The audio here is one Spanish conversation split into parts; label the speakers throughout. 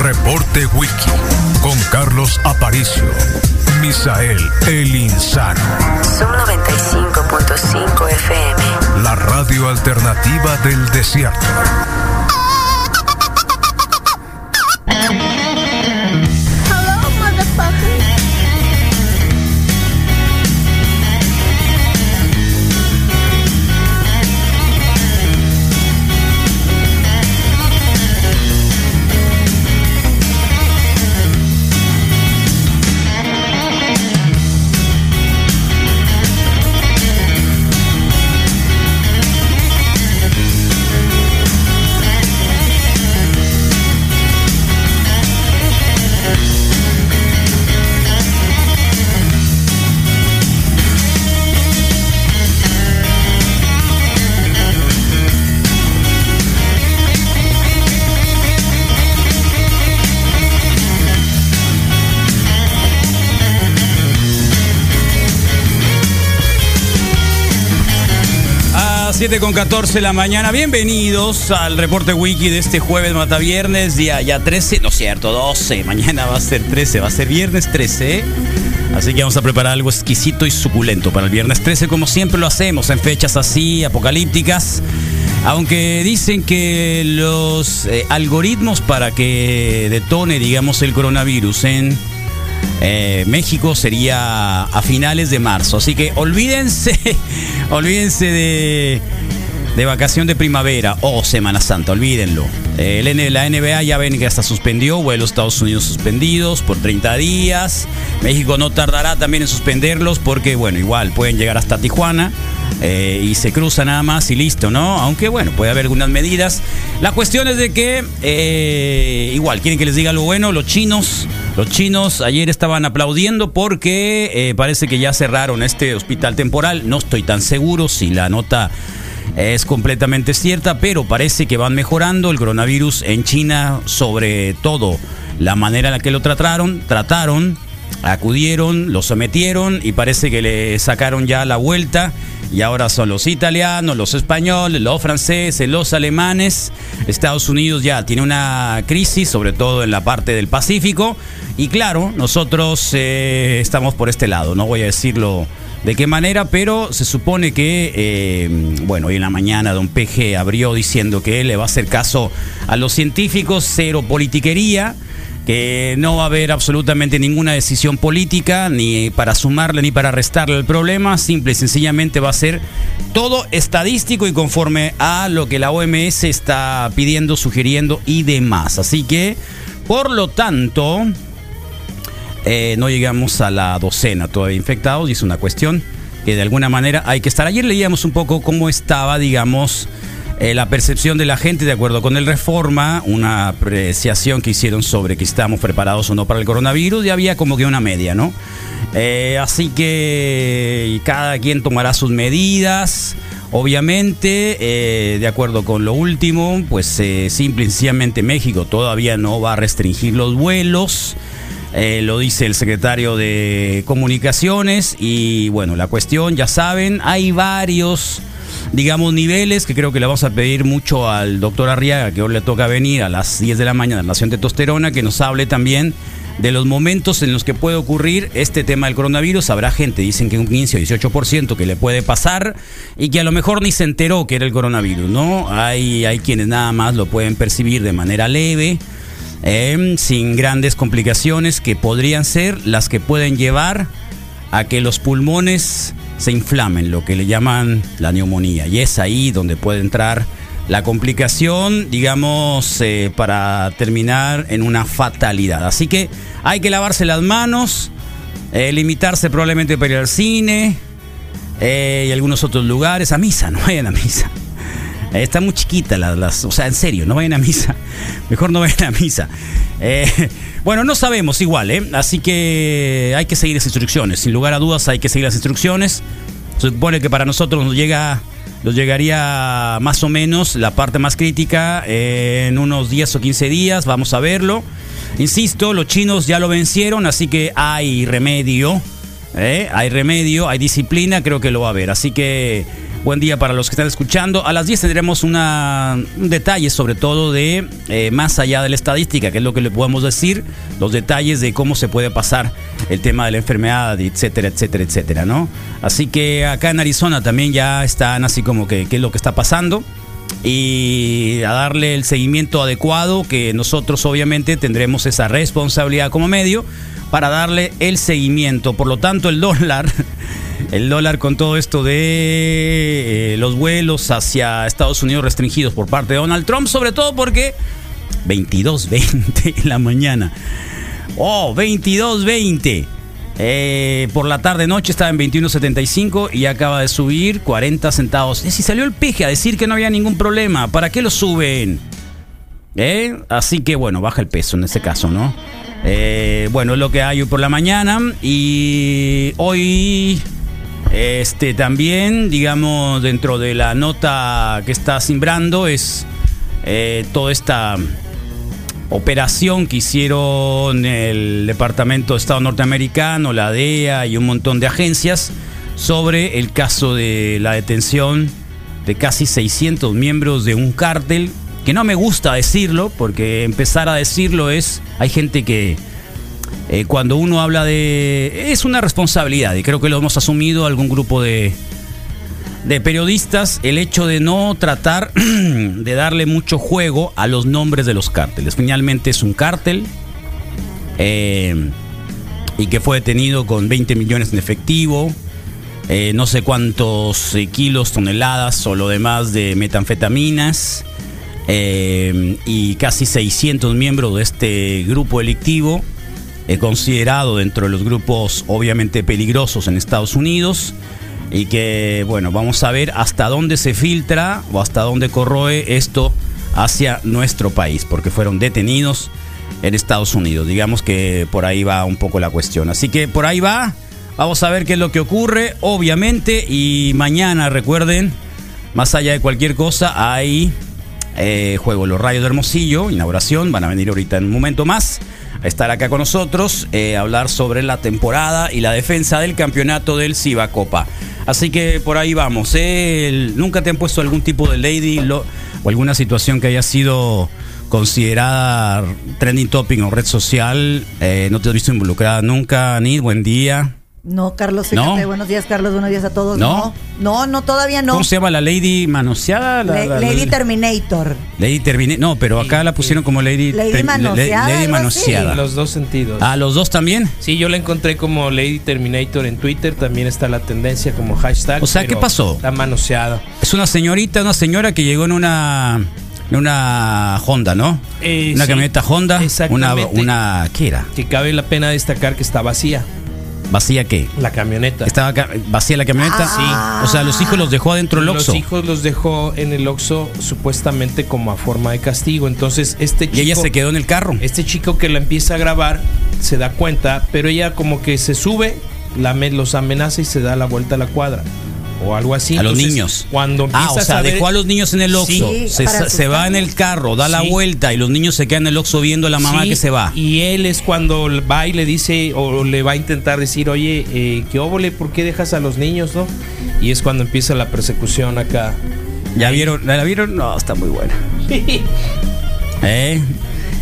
Speaker 1: Reporte Wiki con Carlos Aparicio. Misael El Insano.
Speaker 2: Son 95.5 FM.
Speaker 1: La radio alternativa del desierto.
Speaker 3: Hello, motherfucker.
Speaker 4: A 7 con 14 de la mañana, bienvenidos al reporte wiki de este jueves mataviernes, día ya 13, no es cierto, 12, mañana va a ser 13, va a ser viernes 13, así que vamos a preparar algo exquisito y suculento para el viernes 13, como siempre lo hacemos en fechas así, apocalípticas, aunque dicen que los eh, algoritmos para que detone, digamos, el coronavirus en... Eh, México sería a finales de marzo. Así que olvídense, olvídense de, de vacación de primavera o Semana Santa, olvídenlo. Eh, el N- la NBA ya ven que hasta suspendió, vuelos Estados Unidos suspendidos por 30 días. México no tardará también en suspenderlos porque, bueno, igual pueden llegar hasta Tijuana. eh, y se cruzan nada más y listo, ¿no? Aunque bueno, puede haber algunas medidas. La cuestión es de que, eh, igual, quieren que les diga lo bueno, los chinos los chinos ayer estaban aplaudiendo porque eh, parece que ya cerraron este hospital temporal. No estoy tan seguro si la nota es completamente cierta, pero parece que van mejorando el coronavirus en China, sobre todo la manera en la que lo trataron, trataron, acudieron, lo sometieron y parece que le sacaron ya la vuelta. Y ahora son los italianos, los españoles, los franceses, los alemanes. Estados Unidos ya tiene una crisis, sobre todo en la parte del Pacífico. Y claro, nosotros eh, estamos por este lado. No voy a decirlo de qué manera, pero se supone que, eh, bueno, hoy en la mañana don Peje abrió diciendo que él le va a hacer caso a los científicos, cero politiquería que no va a haber absolutamente ninguna decisión política, ni para sumarle ni para restarle al problema, simple y sencillamente va a ser todo estadístico y conforme a lo que la OMS está pidiendo, sugiriendo y demás. Así que, por lo tanto, eh, no llegamos a la docena todavía infectados y es una cuestión que de alguna manera hay que estar. Ayer leíamos un poco cómo estaba, digamos, eh, la percepción de la gente de acuerdo con el Reforma, una apreciación que hicieron sobre que estamos preparados o no para el coronavirus y había como que una media, ¿no? Eh, así que cada quien tomará sus medidas. Obviamente, eh, de acuerdo con lo último, pues eh, simple y sencillamente México todavía no va a restringir los vuelos. Eh, lo dice el secretario de Comunicaciones. Y bueno, la cuestión, ya saben, hay varios, digamos, niveles que creo que le vamos a pedir mucho al doctor Arriaga, que hoy le toca venir a las 10 de la mañana en la Nación de Tosterona, que nos hable también de los momentos en los que puede ocurrir este tema del coronavirus. Habrá gente, dicen que un 15 o 18% que le puede pasar y que a lo mejor ni se enteró que era el coronavirus, ¿no? Hay, hay quienes nada más lo pueden percibir de manera leve em, sin grandes complicaciones que podrían ser las que pueden llevar a que los pulmones se inflamen, lo que le llaman la neumonía. Y es ahí donde puede entrar la complicación, digamos, eh, para terminar en una fatalidad. Así que hay que lavarse las manos, eh, limitarse probablemente para ir al cine eh, y algunos otros lugares. A misa, no vayan a misa. Eh, Está muy chiquita la- las, o sea, en serio, no vayan a misa. Mejor no vayan a misa. Eh, Bueno, no sabemos igual, ¿eh? Así que hay que seguir las instrucciones. Sin lugar a dudas, hay que seguir las instrucciones. Se supone que para nosotros nos llega. Nos llegaría más o menos la parte más crítica eh, en unos 10 o 15 días, vamos a verlo. Insisto, los chinos ya lo vencieron, así que hay remedio. ¿eh? Hay remedio, hay disciplina, creo que lo va a haber. Así que buen día para los que están escuchando. A las 10 tendremos una, un detalle sobre todo de eh, más allá de la estadística, que es lo que le podemos decir, los detalles de cómo se puede pasar el tema de la enfermedad, etcétera, etcétera, etcétera, ¿no? Así que acá en Arizona también ya están así como que qué es lo que está pasando y a darle el seguimiento adecuado que nosotros obviamente tendremos esa responsabilidad como medio para darle el seguimiento. Por lo tanto, el dólar, el dólar con todo esto de eh, los vuelos hacia Estados Unidos restringidos por parte de Donald Trump, sobre todo porque 22.20 en la mañana. Oh, 22.20. Eh, por la tarde noche estaba en 21.75 y acaba de subir 40 centavos. Y si salió el peje a decir que no había ningún problema, ¿para qué lo suben? ¿Eh? Así que bueno, baja el peso en este caso, ¿no? Eh, bueno, es lo que hay hoy por la mañana. Y hoy, este también, digamos, dentro de la nota que está simbrando, es eh, toda esta operación que hicieron el Departamento de Estado norteamericano, la DEA y un montón de agencias sobre el caso de la detención de casi 600 miembros de un cártel, que no me gusta decirlo, porque empezar a decirlo es, hay gente que eh, cuando uno habla de... es una responsabilidad, y creo que lo hemos asumido algún grupo de, de periodistas el hecho de no tratar de darle mucho juego a los nombres de los cárteles. Finalmente es un cártel eh, y que fue detenido con 20 millones en efectivo, eh, no sé cuántos eh, kilos, toneladas o lo demás de metanfetaminas eh, y casi 600 miembros de este grupo delictivo. eh, considerado dentro de los grupos obviamente peligrosos en Estados Unidos, y que bueno, vamos a ver hasta dónde se filtra o hasta dónde corroe esto hacia nuestro país, porque fueron detenidos en Estados Unidos. Digamos que por ahí va un poco la cuestión. Así que por ahí va, vamos a ver qué es lo que ocurre, obviamente, y mañana recuerden, más allá de cualquier cosa, hay eh, juego Los Rayos de Hermosillo, inauguración, van a venir ahorita en un momento más a estar acá con nosotros, eh, a hablar sobre la temporada y la defensa del campeonato del Ciba Copa. Así que por ahí vamos. ¿eh? El, ¿Nunca te han puesto algún tipo de lady lo, o alguna situación que haya sido considerada trending topic o red social? Eh, ¿No te has visto involucrada nunca, Nid? Buen día.
Speaker 5: No, Carlos, fíjate,
Speaker 4: ¿No?
Speaker 5: buenos días, Carlos, buenos días a todos.
Speaker 4: ¿No?
Speaker 5: No, no, no, todavía no.
Speaker 4: ¿Cómo se llama la Lady Manoseada? La-
Speaker 5: Le-
Speaker 4: la- la-
Speaker 5: Lady Terminator.
Speaker 4: Lady Termine- No, pero acá la pusieron como Lady,
Speaker 5: Lady
Speaker 4: Term-
Speaker 5: Manoseada,
Speaker 4: Lady
Speaker 5: algo así.
Speaker 4: Manoseada.
Speaker 6: En los dos sentidos.
Speaker 4: ¿A los dos también?
Speaker 6: Sí, yo la encontré como Lady Terminator en Twitter. También está la tendencia como hashtag.
Speaker 4: O sea, ¿qué
Speaker 6: pero
Speaker 4: pasó?
Speaker 6: Está manoseada.
Speaker 4: Es una señorita, una señora que llegó en una en una Honda, ¿no?
Speaker 6: Eh,
Speaker 4: una
Speaker 6: sí,
Speaker 4: camioneta Honda, una
Speaker 6: exactamente.
Speaker 4: una ¿qué era?
Speaker 6: Que cabe la pena destacar que está vacía
Speaker 4: ¿Vacía qué?
Speaker 6: la camioneta.
Speaker 4: Estaba ca- vacía la camioneta.
Speaker 5: Ah, sí.
Speaker 4: O sea, los hijos los dejó adentro del Oxxo.
Speaker 6: Los hijos los dejó en el Oxxo supuestamente como a forma de castigo. Entonces, este chico.
Speaker 4: Y ella se quedó en el carro.
Speaker 6: Este chico que la empieza a grabar se da cuenta, pero ella como que se sube, la ame- los amenaza y se da la vuelta a la cuadra. O algo así.
Speaker 4: A los
Speaker 6: Entonces,
Speaker 4: niños.
Speaker 6: Cuando
Speaker 4: Ah,
Speaker 6: empiezas
Speaker 4: o sea,
Speaker 6: a ver-
Speaker 4: dejó a los niños en el Oxxo.
Speaker 5: Sí,
Speaker 4: se,
Speaker 5: para
Speaker 4: se va en el
Speaker 5: asustarlos.
Speaker 4: carro, da la
Speaker 6: Sí.
Speaker 4: vuelta y los niños se quedan en el Oxxo viendo a la mamá
Speaker 6: Sí,
Speaker 4: que se va.
Speaker 6: Y él es cuando va y le dice o le va a intentar decir, oye, eh, ¿qué óvole? ¿Por qué dejas a los niños, no? Y es cuando empieza la persecución acá.
Speaker 4: ¿Ya vieron? ¿La vieron? No, está muy buena. ¿Eh?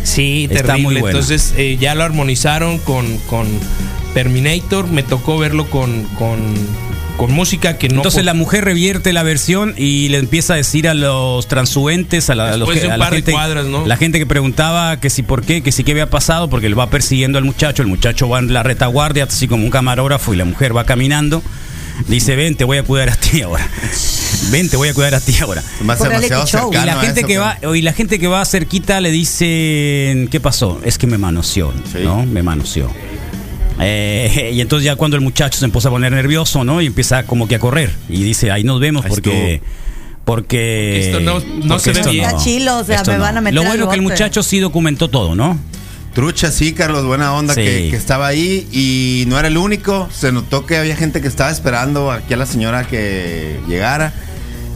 Speaker 6: Sí,
Speaker 4: Está
Speaker 6: terrible.
Speaker 4: muy buena.
Speaker 6: Entonces eh, ya lo armonizaron con, con Terminator. Me tocó verlo con, con, con música que no.
Speaker 4: Entonces
Speaker 6: po-
Speaker 4: la mujer revierte la versión y le empieza a decir a los transuentes, a la, a los
Speaker 6: Después
Speaker 4: que-
Speaker 6: de un
Speaker 4: a la
Speaker 6: par de
Speaker 4: gente,
Speaker 6: cuadras, ¿no?
Speaker 4: la gente que preguntaba que si por qué, que si qué había pasado, porque él va persiguiendo al muchacho, el muchacho va en la retaguardia, así como un camarógrafo y la mujer va caminando. Le Dice, ven, te voy a cuidar a ti ahora. Ven, te voy a cuidar a ti ahora.
Speaker 7: Más
Speaker 5: Por
Speaker 7: demasiado
Speaker 5: reality show.
Speaker 4: Y
Speaker 7: cercano
Speaker 4: la
Speaker 7: a
Speaker 4: gente
Speaker 7: Ah, eso,
Speaker 4: que
Speaker 7: pero-
Speaker 4: va, y la gente que va cerquita le dicen ¿qué pasó? Es que me manoseó,
Speaker 7: Sí.
Speaker 4: ¿no? Me manoseó. Eh, y entonces ya cuando el muchacho se empieza a poner nervioso, ¿no? Y empieza como que a correr. Y dice, ahí nos vemos
Speaker 7: Ahí
Speaker 4: porque. Porque
Speaker 6: Esto no- no se ve
Speaker 4: esto
Speaker 6: bien.
Speaker 5: Está chilo, o sea,
Speaker 4: Esto
Speaker 5: me van a meter
Speaker 4: Lo
Speaker 5: al
Speaker 4: bueno que el
Speaker 5: bote.
Speaker 4: muchacho sí documentó todo, ¿no?
Speaker 7: Trucha, sí, Carlos, buena onda
Speaker 4: Sí.
Speaker 7: que, que estaba ahí y no era el único. Se notó que había gente que estaba esperando aquí a la señora que llegara.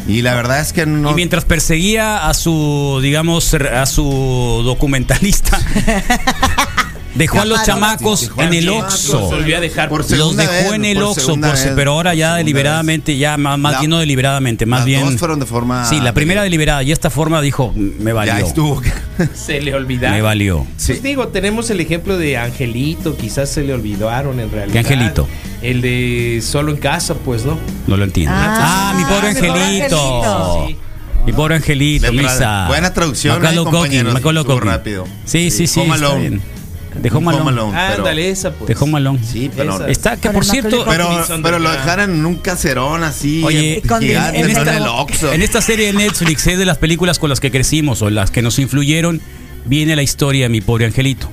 Speaker 7: Y la verdad es que no.
Speaker 4: Y mientras perseguía a su, digamos, r- a su documentalista, dejó a los
Speaker 5: Camarón.
Speaker 4: chamacos
Speaker 7: Dejó a
Speaker 4: en
Speaker 7: los
Speaker 4: el
Speaker 7: chamacos,
Speaker 4: Oxxo.
Speaker 7: se
Speaker 6: volvió a dejar.
Speaker 7: Por
Speaker 4: Los
Speaker 7: segunda
Speaker 4: dejó
Speaker 7: vez,
Speaker 4: en el
Speaker 7: por
Speaker 4: Oxxo,
Speaker 7: segunda
Speaker 4: por se-
Speaker 7: vez,
Speaker 4: pero ahora
Speaker 7: por
Speaker 4: ya
Speaker 7: segunda
Speaker 4: deliberadamente, ya ma- más,
Speaker 7: La-
Speaker 4: bien no deliberadamente, más
Speaker 7: las
Speaker 4: bien.
Speaker 7: dos fueron de forma-
Speaker 4: Sí, la primera deliberada y esta forma dijo, me
Speaker 7: vez. Ya
Speaker 4: valió.
Speaker 7: estuvo.
Speaker 6: Se le olvidaron.
Speaker 4: Me valió.
Speaker 7: Sí.
Speaker 6: Pues digo, tenemos el ejemplo de Angelito, quizás se le olvidaron en realidad.
Speaker 4: ¿Qué Angelito?
Speaker 6: El de Solo en Casa, pues, ¿no?
Speaker 4: No lo entiendo. Ah,
Speaker 5: Ah,
Speaker 4: mi pobre
Speaker 5: mi pobre
Speaker 4: angelito.
Speaker 5: angelito.
Speaker 6: Sí.
Speaker 4: Mi pobre angelito,
Speaker 7: Le-
Speaker 4: Lisa.
Speaker 7: buena traducción,
Speaker 4: Macaulay
Speaker 7: eh,
Speaker 4: Culkin,
Speaker 7: compañeros,
Speaker 4: Macaulay
Speaker 7: estuvo
Speaker 4: Culkin.
Speaker 7: rápido.
Speaker 4: Sí, sí,
Speaker 7: Sí,
Speaker 4: sí.
Speaker 7: Home
Speaker 4: está
Speaker 7: Alone.
Speaker 4: bien. Dejó
Speaker 7: Un
Speaker 4: malón.
Speaker 7: Home Alone,
Speaker 6: Ah,
Speaker 7: pero-
Speaker 6: ándale, esa, pues.
Speaker 4: Dejó malón.
Speaker 7: Sí, pero.
Speaker 6: Esa.
Speaker 4: Está, que
Speaker 5: Con
Speaker 4: por
Speaker 5: el Macaulay
Speaker 4: cierto,
Speaker 7: Pero,
Speaker 6: Robinson,
Speaker 7: pero lo
Speaker 6: ¿verdad?
Speaker 7: dejaran en un caserón así.
Speaker 4: Oye,
Speaker 5: Y con-
Speaker 7: gigante,
Speaker 4: en,
Speaker 5: en
Speaker 7: no en
Speaker 4: esta,
Speaker 7: el Oxxo.
Speaker 4: en esta serie de Netflix es de las películas con las que crecimos o las que nos influyeron. Viene la historia de mi pobre angelito.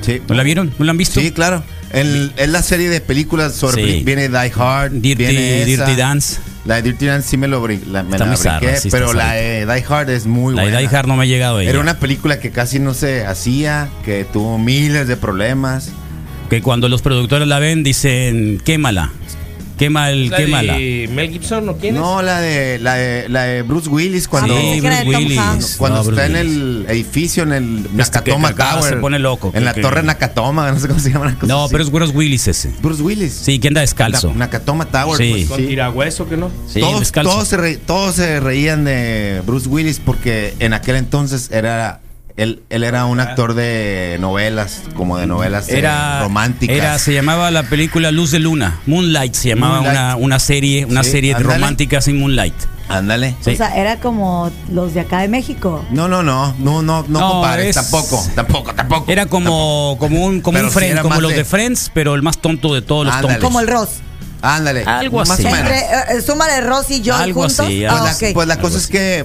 Speaker 7: Sí.
Speaker 4: ¿No la vieron? ¿No la han visto?
Speaker 7: Sí, claro. El- es la serie de películas sobre.
Speaker 4: Sí.
Speaker 7: Viene Die Hard.
Speaker 4: Dirty-
Speaker 7: viene esa.
Speaker 4: Dirty Dance.
Speaker 7: La de Dirty Dance sí me lo brin- la, me
Speaker 4: Está
Speaker 7: la
Speaker 4: muy zarra,
Speaker 7: brinqué,
Speaker 4: sí está
Speaker 7: pero la
Speaker 4: zarra.
Speaker 7: de Die Hard es muy
Speaker 4: La de
Speaker 7: buena.
Speaker 4: Die Hard no me ha llegado ella.
Speaker 7: Era una película que casi no se hacía, que tuvo miles de problemas.
Speaker 4: Que cuando los productores la ven dicen, quémala. Quema el,
Speaker 6: La
Speaker 4: quémala.
Speaker 6: de Mel Gibson, ¿no quién es?
Speaker 7: No, la de, la de, la de Bruce Willis cuando,
Speaker 5: Sí,
Speaker 4: Bruce
Speaker 5: era de Tom
Speaker 4: Willis.
Speaker 5: Hanks.
Speaker 7: cuando
Speaker 4: No, Bruce
Speaker 7: está en
Speaker 4: Willis.
Speaker 7: el edificio, en el
Speaker 4: Este que
Speaker 7: Nakatoma
Speaker 4: acaba,
Speaker 7: Tower.
Speaker 4: se pone loco,
Speaker 7: En
Speaker 4: que-
Speaker 7: la
Speaker 4: que-
Speaker 7: torre Nakatoma, no sé cómo se llama. una cosa
Speaker 4: No,
Speaker 7: así.
Speaker 4: pero es Bruce Willis ese.
Speaker 7: Bruce Willis.
Speaker 4: Sí, que anda descalzo.
Speaker 7: Na- Nakatoma Tower.
Speaker 4: Sí.
Speaker 7: pues,
Speaker 6: Con tirahueso, que no.
Speaker 4: Sí,
Speaker 7: todos,
Speaker 4: descalzo.
Speaker 7: todos se re- todos se reían de Bruce Willis porque en aquel entonces era él, él era un actor de novelas, como de novelas eh,
Speaker 4: Ah. Era,
Speaker 7: románticas.
Speaker 4: era se llamaba la película Luz de Luna, Moonlight se llamaba
Speaker 7: Moonlight.
Speaker 4: Una, una serie, una
Speaker 7: Sí,
Speaker 4: serie
Speaker 7: ándale.
Speaker 4: romántica sin Moonlight.
Speaker 7: Ándale.
Speaker 4: Sí.
Speaker 5: O sea, era como los de acá de México.
Speaker 7: No, no, no, no, no, no,
Speaker 4: No,
Speaker 7: compares,
Speaker 4: es-
Speaker 7: tampoco, tampoco, tampoco.
Speaker 4: Era como, como un, como
Speaker 7: Pero
Speaker 4: un
Speaker 7: sí
Speaker 4: Friends,
Speaker 7: era
Speaker 4: como
Speaker 7: más
Speaker 4: los
Speaker 7: de-
Speaker 4: de Friends, pero el más tonto de todos los
Speaker 7: Ándale.
Speaker 4: tontos.
Speaker 5: Como el Ross.
Speaker 7: Ándale.
Speaker 4: Algo
Speaker 7: más
Speaker 4: así.
Speaker 7: o menos.
Speaker 5: Entre, eh, eh, súmale Ross y Joy
Speaker 4: Algo
Speaker 5: juntos.
Speaker 4: así,
Speaker 5: Ah,
Speaker 4: algo
Speaker 7: La-
Speaker 5: ok.
Speaker 7: Pues la
Speaker 4: Algo
Speaker 7: cosa es
Speaker 4: así.
Speaker 7: que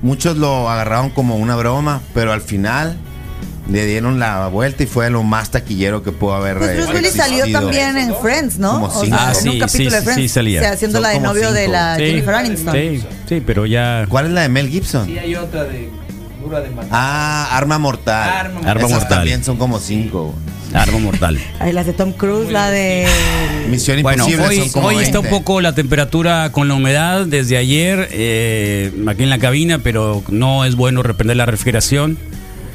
Speaker 7: muchos lo agarraron como una broma, pero al final le dieron la vuelta y fue lo más taquillero que pudo haber.
Speaker 5: Pues Bruce
Speaker 7: eh,
Speaker 5: Willis salió
Speaker 7: existido.
Speaker 5: también en Friends, ¿no?
Speaker 7: Como
Speaker 5: O sea,
Speaker 7: cinco.
Speaker 4: Ah,
Speaker 5: en
Speaker 4: sí,
Speaker 5: un capítulo
Speaker 4: sí,
Speaker 5: de
Speaker 4: sí,
Speaker 5: Friends.
Speaker 4: sí salía.
Speaker 5: O sea, haciendo
Speaker 7: Son
Speaker 5: la de
Speaker 7: como
Speaker 5: novio de
Speaker 7: cinco.
Speaker 5: la
Speaker 4: Sí,
Speaker 5: Jennifer Aniston.
Speaker 4: sí, sí, pero ya
Speaker 7: ¿Cuál es la de Mel Gibson?
Speaker 6: hay otra de Dura de Matar.
Speaker 7: Ah, Arma Mortal.
Speaker 6: Arma
Speaker 4: Mortal. Arma
Speaker 7: Esas
Speaker 4: Mortal.
Speaker 7: también son como cinco.
Speaker 4: árbol mortal.
Speaker 5: Ay, las de Tom Cruise, la de.
Speaker 7: Misión
Speaker 4: Bueno,
Speaker 7: Imposible
Speaker 4: hoy,
Speaker 7: son como
Speaker 4: hoy está un
Speaker 7: 20.
Speaker 4: poco la temperatura con la humedad desde ayer eh, aquí en la cabina, pero no es bueno reprender la refrigeración.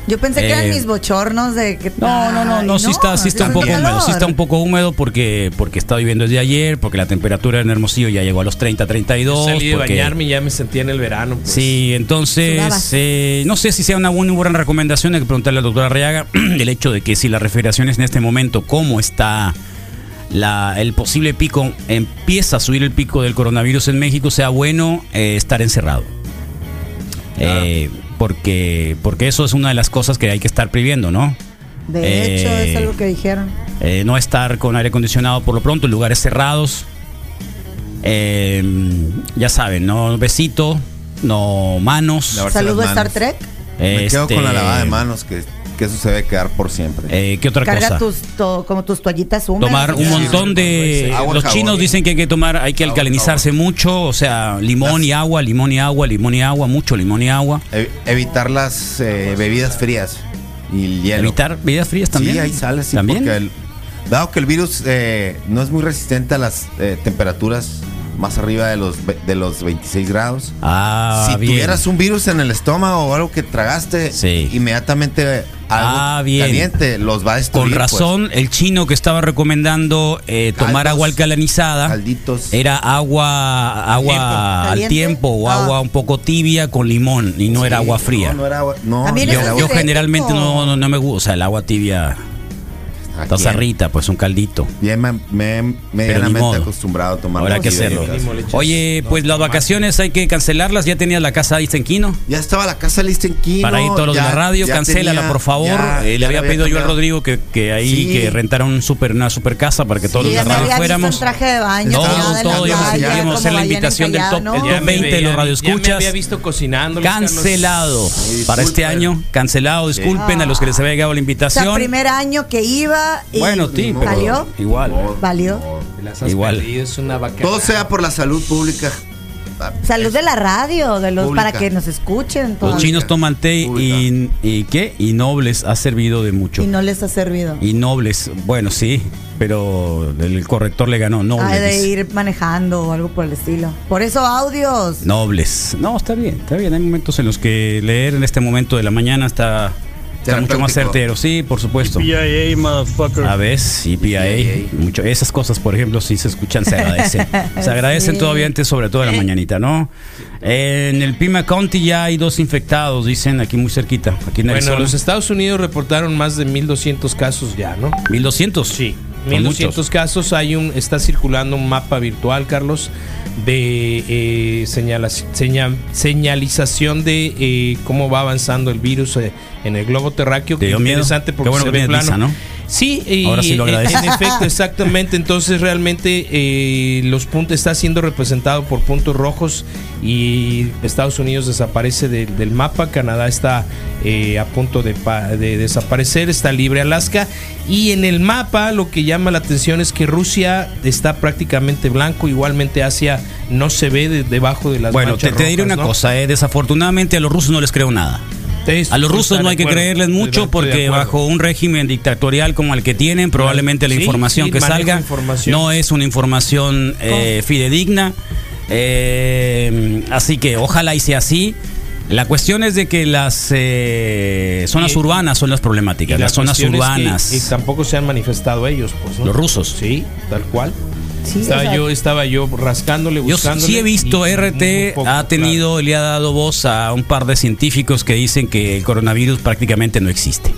Speaker 5: Yo pensé que
Speaker 4: Eh,
Speaker 5: eran mis bochornos de que.
Speaker 4: No, no, no,
Speaker 5: Ay,
Speaker 4: no, sí está, sí está un
Speaker 5: hace
Speaker 4: poco
Speaker 5: calor.
Speaker 4: húmedo, sí está un poco húmedo porque porque está viviendo desde ayer, porque la temperatura en Hermosillo ya llegó a los 30, 32,
Speaker 6: Salí de
Speaker 4: porque-
Speaker 6: bañarme y ya me sentía en el verano. pues.
Speaker 4: Sí, entonces
Speaker 5: Sudabas.
Speaker 4: eh, no sé si sea una buena, buena recomendación hay que preguntarle a la doctora Reaga el hecho de que si la refrigeración es en este momento cómo está la, el posible pico empieza a subir el pico del coronavirus en México sea bueno eh, estar encerrado. Eh, porque porque eso es una de las cosas que hay que estar previendo, ¿no?
Speaker 5: De hecho,
Speaker 4: Eh,
Speaker 5: es algo que dijeron.
Speaker 4: eh, no estar con aire acondicionado por lo pronto, en lugares cerrados. Eh, ya saben, no besito, no manos.
Speaker 7: Lavarse
Speaker 5: Saludo a
Speaker 7: las
Speaker 5: Star
Speaker 7: manos.
Speaker 5: Trek.
Speaker 7: Me quedo
Speaker 4: Este,
Speaker 7: con la lavada de manos, que, que eso se debe quedar por siempre.
Speaker 4: eh, ¿Qué otra
Speaker 5: Carga
Speaker 4: cosa?
Speaker 5: tus, to- como tus toallitas húmedas.
Speaker 4: Tomar un
Speaker 5: Sí.
Speaker 4: montón de...
Speaker 7: Agua,
Speaker 4: los
Speaker 7: jabón.
Speaker 4: chinos dicen que hay que tomar, hay que
Speaker 7: Agua,
Speaker 4: alcalinizarse mucho, o sea, limón y agua, limón y agua, limón y agua, mucho limón y agua.
Speaker 7: Ev- E-, evitar las eh, bebidas frías y el hielo.
Speaker 4: Evitar bebidas frías también.
Speaker 7: Sí, ahí sale, sí,
Speaker 4: También.
Speaker 7: porque el- dado que el virus eh, no es muy resistente a las eh, temperaturas más arriba de los, ve- de los 26 grados.
Speaker 4: Ah,
Speaker 7: si
Speaker 4: bien.
Speaker 7: tuvieras un virus en el estómago o algo que tragaste,
Speaker 4: Sí.
Speaker 7: inmediatamente algo
Speaker 4: Ah, bien.
Speaker 7: caliente los va a destruir. pues.
Speaker 4: Con razón, el chino que estaba recomendando eh, tomar
Speaker 7: Caldos,
Speaker 4: agua alcalinizada
Speaker 7: calditos.
Speaker 4: era agua agua al
Speaker 5: Caliente.
Speaker 4: tiempo o
Speaker 5: Ah.
Speaker 4: agua un poco tibia con limón y no
Speaker 7: pues.
Speaker 4: era
Speaker 7: Sí,
Speaker 4: agua fría.
Speaker 7: No, no era agua. No,
Speaker 5: También
Speaker 7: no
Speaker 5: eso
Speaker 7: era
Speaker 4: yo
Speaker 5: sí
Speaker 4: yo
Speaker 7: agua.
Speaker 5: rico.
Speaker 4: generalmente no, no, no me gusta, o sea, el agua tibia,
Speaker 7: ¿A quién?
Speaker 4: tazarrita, pues un caldito.
Speaker 7: eh. Bien, me, me, medianamente
Speaker 4: modo.
Speaker 7: acostumbrado a tomar
Speaker 4: Habrá
Speaker 7: agua
Speaker 4: que
Speaker 7: fría.
Speaker 4: hacerlo.
Speaker 6: Mínimo le echas
Speaker 4: Oye,
Speaker 6: dos
Speaker 4: pues las
Speaker 6: tomates.
Speaker 4: vacaciones hay que cancelarlas. Ya tenías la casa ahí en Quino.
Speaker 7: Ya estaba la casa lista en Quino.
Speaker 4: Para ir todos los de la radio, cancélala, por favor. Eh, le había pedido yo al Rodrigo que, que ahí
Speaker 7: Sí.
Speaker 4: que rentara un super, una super casa para que todos
Speaker 5: Sí,
Speaker 4: los de
Speaker 5: ya me
Speaker 4: la radio
Speaker 5: había visto en
Speaker 4: fuéramos.
Speaker 5: traje de baño.
Speaker 4: Todo,
Speaker 5: tirada en la
Speaker 4: todo,
Speaker 7: íbamos-
Speaker 5: playa,
Speaker 7: íbamos a
Speaker 5: como
Speaker 4: hacer la
Speaker 5: vayan
Speaker 4: invitación del
Speaker 5: encallados,
Speaker 4: top, el
Speaker 5: ¿no?
Speaker 4: día Top 20 de los radioescuchas.
Speaker 6: Ya me había visto cocinando.
Speaker 4: Cancelado
Speaker 7: Carlos.
Speaker 4: para este
Speaker 7: Disculpen.
Speaker 4: año, cancelado. Disculpen a los que les había llegado la
Speaker 5: O sea,
Speaker 4: invitación.
Speaker 5: primer año que iba y
Speaker 4: Bueno, sí, pero
Speaker 5: salió.
Speaker 4: igual.
Speaker 5: Valió.
Speaker 6: Las has
Speaker 4: Igual.
Speaker 6: perdido, es una vaca.
Speaker 7: Todo sea por la salud pública.
Speaker 5: Salud de la radio, de los
Speaker 7: Pública.
Speaker 5: para que nos escuchen.
Speaker 4: Los
Speaker 5: todavía.
Speaker 4: chinos toman té y,
Speaker 7: Pública.
Speaker 4: y ¿qué? Y nobles ha servido de mucho.
Speaker 5: Y no les ha servido.
Speaker 4: Y nobles, bueno, sí, pero el corrector le ganó.
Speaker 5: Ha
Speaker 4: Nobles.
Speaker 5: de ir manejando o algo por el estilo. Por eso audios.
Speaker 4: Nobles. No, está bien, está bien. Hay momentos en los que leer en este momento de la mañana está, está mucho más certero.
Speaker 7: Terapéutico.
Speaker 4: Sí, por supuesto.
Speaker 8: PIA, motherfucker.
Speaker 4: A ver, y PIA. Mucho, esas cosas, por ejemplo, si se escuchan, se agradecen. Se agradecen
Speaker 5: Sí. Eh.
Speaker 4: todavía antes, sobre todo en la mañanita, ¿no? En el Pima County ya hay dos infectados, dicen aquí muy cerquita. Aquí en
Speaker 6: Bueno,
Speaker 4: Arizona.
Speaker 6: los Estados Unidos reportaron más de 1.200 casos ya, ¿no?
Speaker 4: 1200.
Speaker 6: Sí,
Speaker 4: Son
Speaker 6: 1200 casos. Hay un, está circulando un mapa virtual, Carlos, de eh, señala- seña- señalización de eh, cómo va avanzando el virus eh, en el globo terráqueo.
Speaker 4: ¿Te
Speaker 6: que
Speaker 4: dio miedo?
Speaker 6: interesante porque
Speaker 4: Qué bueno que
Speaker 6: se ve
Speaker 4: tienes
Speaker 6: plano.
Speaker 4: visa, ¿no?
Speaker 6: Sí, y
Speaker 4: Ahora sí lo
Speaker 6: en,
Speaker 4: agradeces.
Speaker 6: en efecto, exactamente. Entonces realmente eh, los puntos está siendo representado por puntos rojos y Estados Unidos desaparece de- del mapa. Canadá está eh, a punto de, pa- de desaparecer. Está libre Alaska y en el mapa lo que llama la atención es que Rusia está prácticamente blanco. Igualmente Asia no se ve de- debajo de las.
Speaker 4: Bueno, te,
Speaker 6: manchas
Speaker 4: te diré
Speaker 6: rojas,
Speaker 4: una
Speaker 6: ¿no?
Speaker 4: cosa, eh, desafortunadamente a los rusos no les creo nada.
Speaker 6: Es-
Speaker 4: A los rusos
Speaker 6: está
Speaker 4: no
Speaker 6: de
Speaker 4: hay que
Speaker 6: acuerdo,
Speaker 4: creerles
Speaker 6: estoy
Speaker 4: mucho
Speaker 6: de
Speaker 4: porque
Speaker 6: acuerdo.
Speaker 4: bajo un régimen dictatorial como el que tienen, probablemente la
Speaker 6: Sí,
Speaker 4: información
Speaker 6: sí,
Speaker 4: que
Speaker 6: maneja
Speaker 4: salga
Speaker 6: información.
Speaker 4: no es una información eh, fidedigna. Eh, así que ojalá y sea así. La cuestión es de que las eh, zonas
Speaker 6: Y-
Speaker 4: urbanas son las
Speaker 6: Y
Speaker 4: problemáticas,
Speaker 6: la
Speaker 4: las zonas
Speaker 6: cuestión es que-
Speaker 4: urbanas.
Speaker 6: y tampoco se han manifestado ellos, pues, ¿no?
Speaker 4: Los rusos.
Speaker 6: Sí, tal cual.
Speaker 5: Sí,
Speaker 6: estaba,
Speaker 5: o sea,
Speaker 6: yo, estaba yo rascándole,
Speaker 4: Yo
Speaker 6: buscando.
Speaker 4: sí he visto, RT ha tenido, le ha dado voz a un par de científicos que dicen que el coronavirus prácticamente no existe.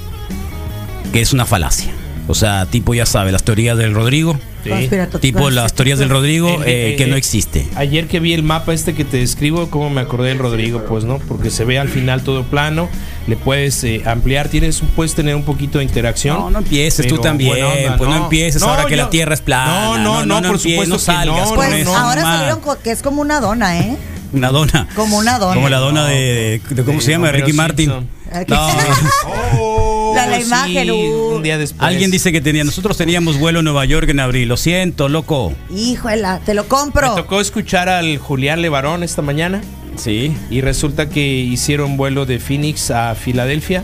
Speaker 4: Que es una falacia. O sea, tipo, ya sabe, las teorías del Rodrigo.
Speaker 5: conspirato-
Speaker 4: Tipo, las teorías del Rodrigo, eh, que no existe.
Speaker 6: E, Ayer que vi el mapa este que te describo, cómo me acordé del Rodrigo, pues, ¿no? Porque se ve al final todo plano, le puedes eh, ampliar, tienes puedes tener un poquito de interacción.
Speaker 4: No, no empieces
Speaker 6: Pero
Speaker 4: tú también.
Speaker 6: buena onda,
Speaker 4: pues no, empieces ahora que
Speaker 6: yo-
Speaker 4: la Tierra es plana.
Speaker 6: No, no, no, por
Speaker 4: empie-
Speaker 6: supuesto.
Speaker 4: No salgas
Speaker 6: que no,
Speaker 4: con
Speaker 5: Pues
Speaker 4: eso,
Speaker 5: ahora
Speaker 4: mamá.
Speaker 5: salieron co- que es como una dona, ¿eh?
Speaker 4: Una dona.
Speaker 5: Como una dona.
Speaker 4: Como la dona de, de- de- ¿Cómo
Speaker 6: Sí,
Speaker 4: se llama? De
Speaker 6: Homero
Speaker 4: Ricky Martin.
Speaker 5: Simpson.
Speaker 4: No.
Speaker 6: Oh,
Speaker 5: La- la
Speaker 6: sí,
Speaker 5: imagen, uh.
Speaker 6: un día
Speaker 7: Pues
Speaker 6: después.
Speaker 4: Alguien dice que tenía. Nosotros teníamos vuelo a Nueva York en abril. Lo siento, loco.
Speaker 5: Híjole, te lo
Speaker 6: Me
Speaker 5: compro.
Speaker 6: tocó escuchar al Julián Levarón esta mañana
Speaker 4: Sí.
Speaker 6: y resulta que hicieron vuelo de Phoenix a Filadelfia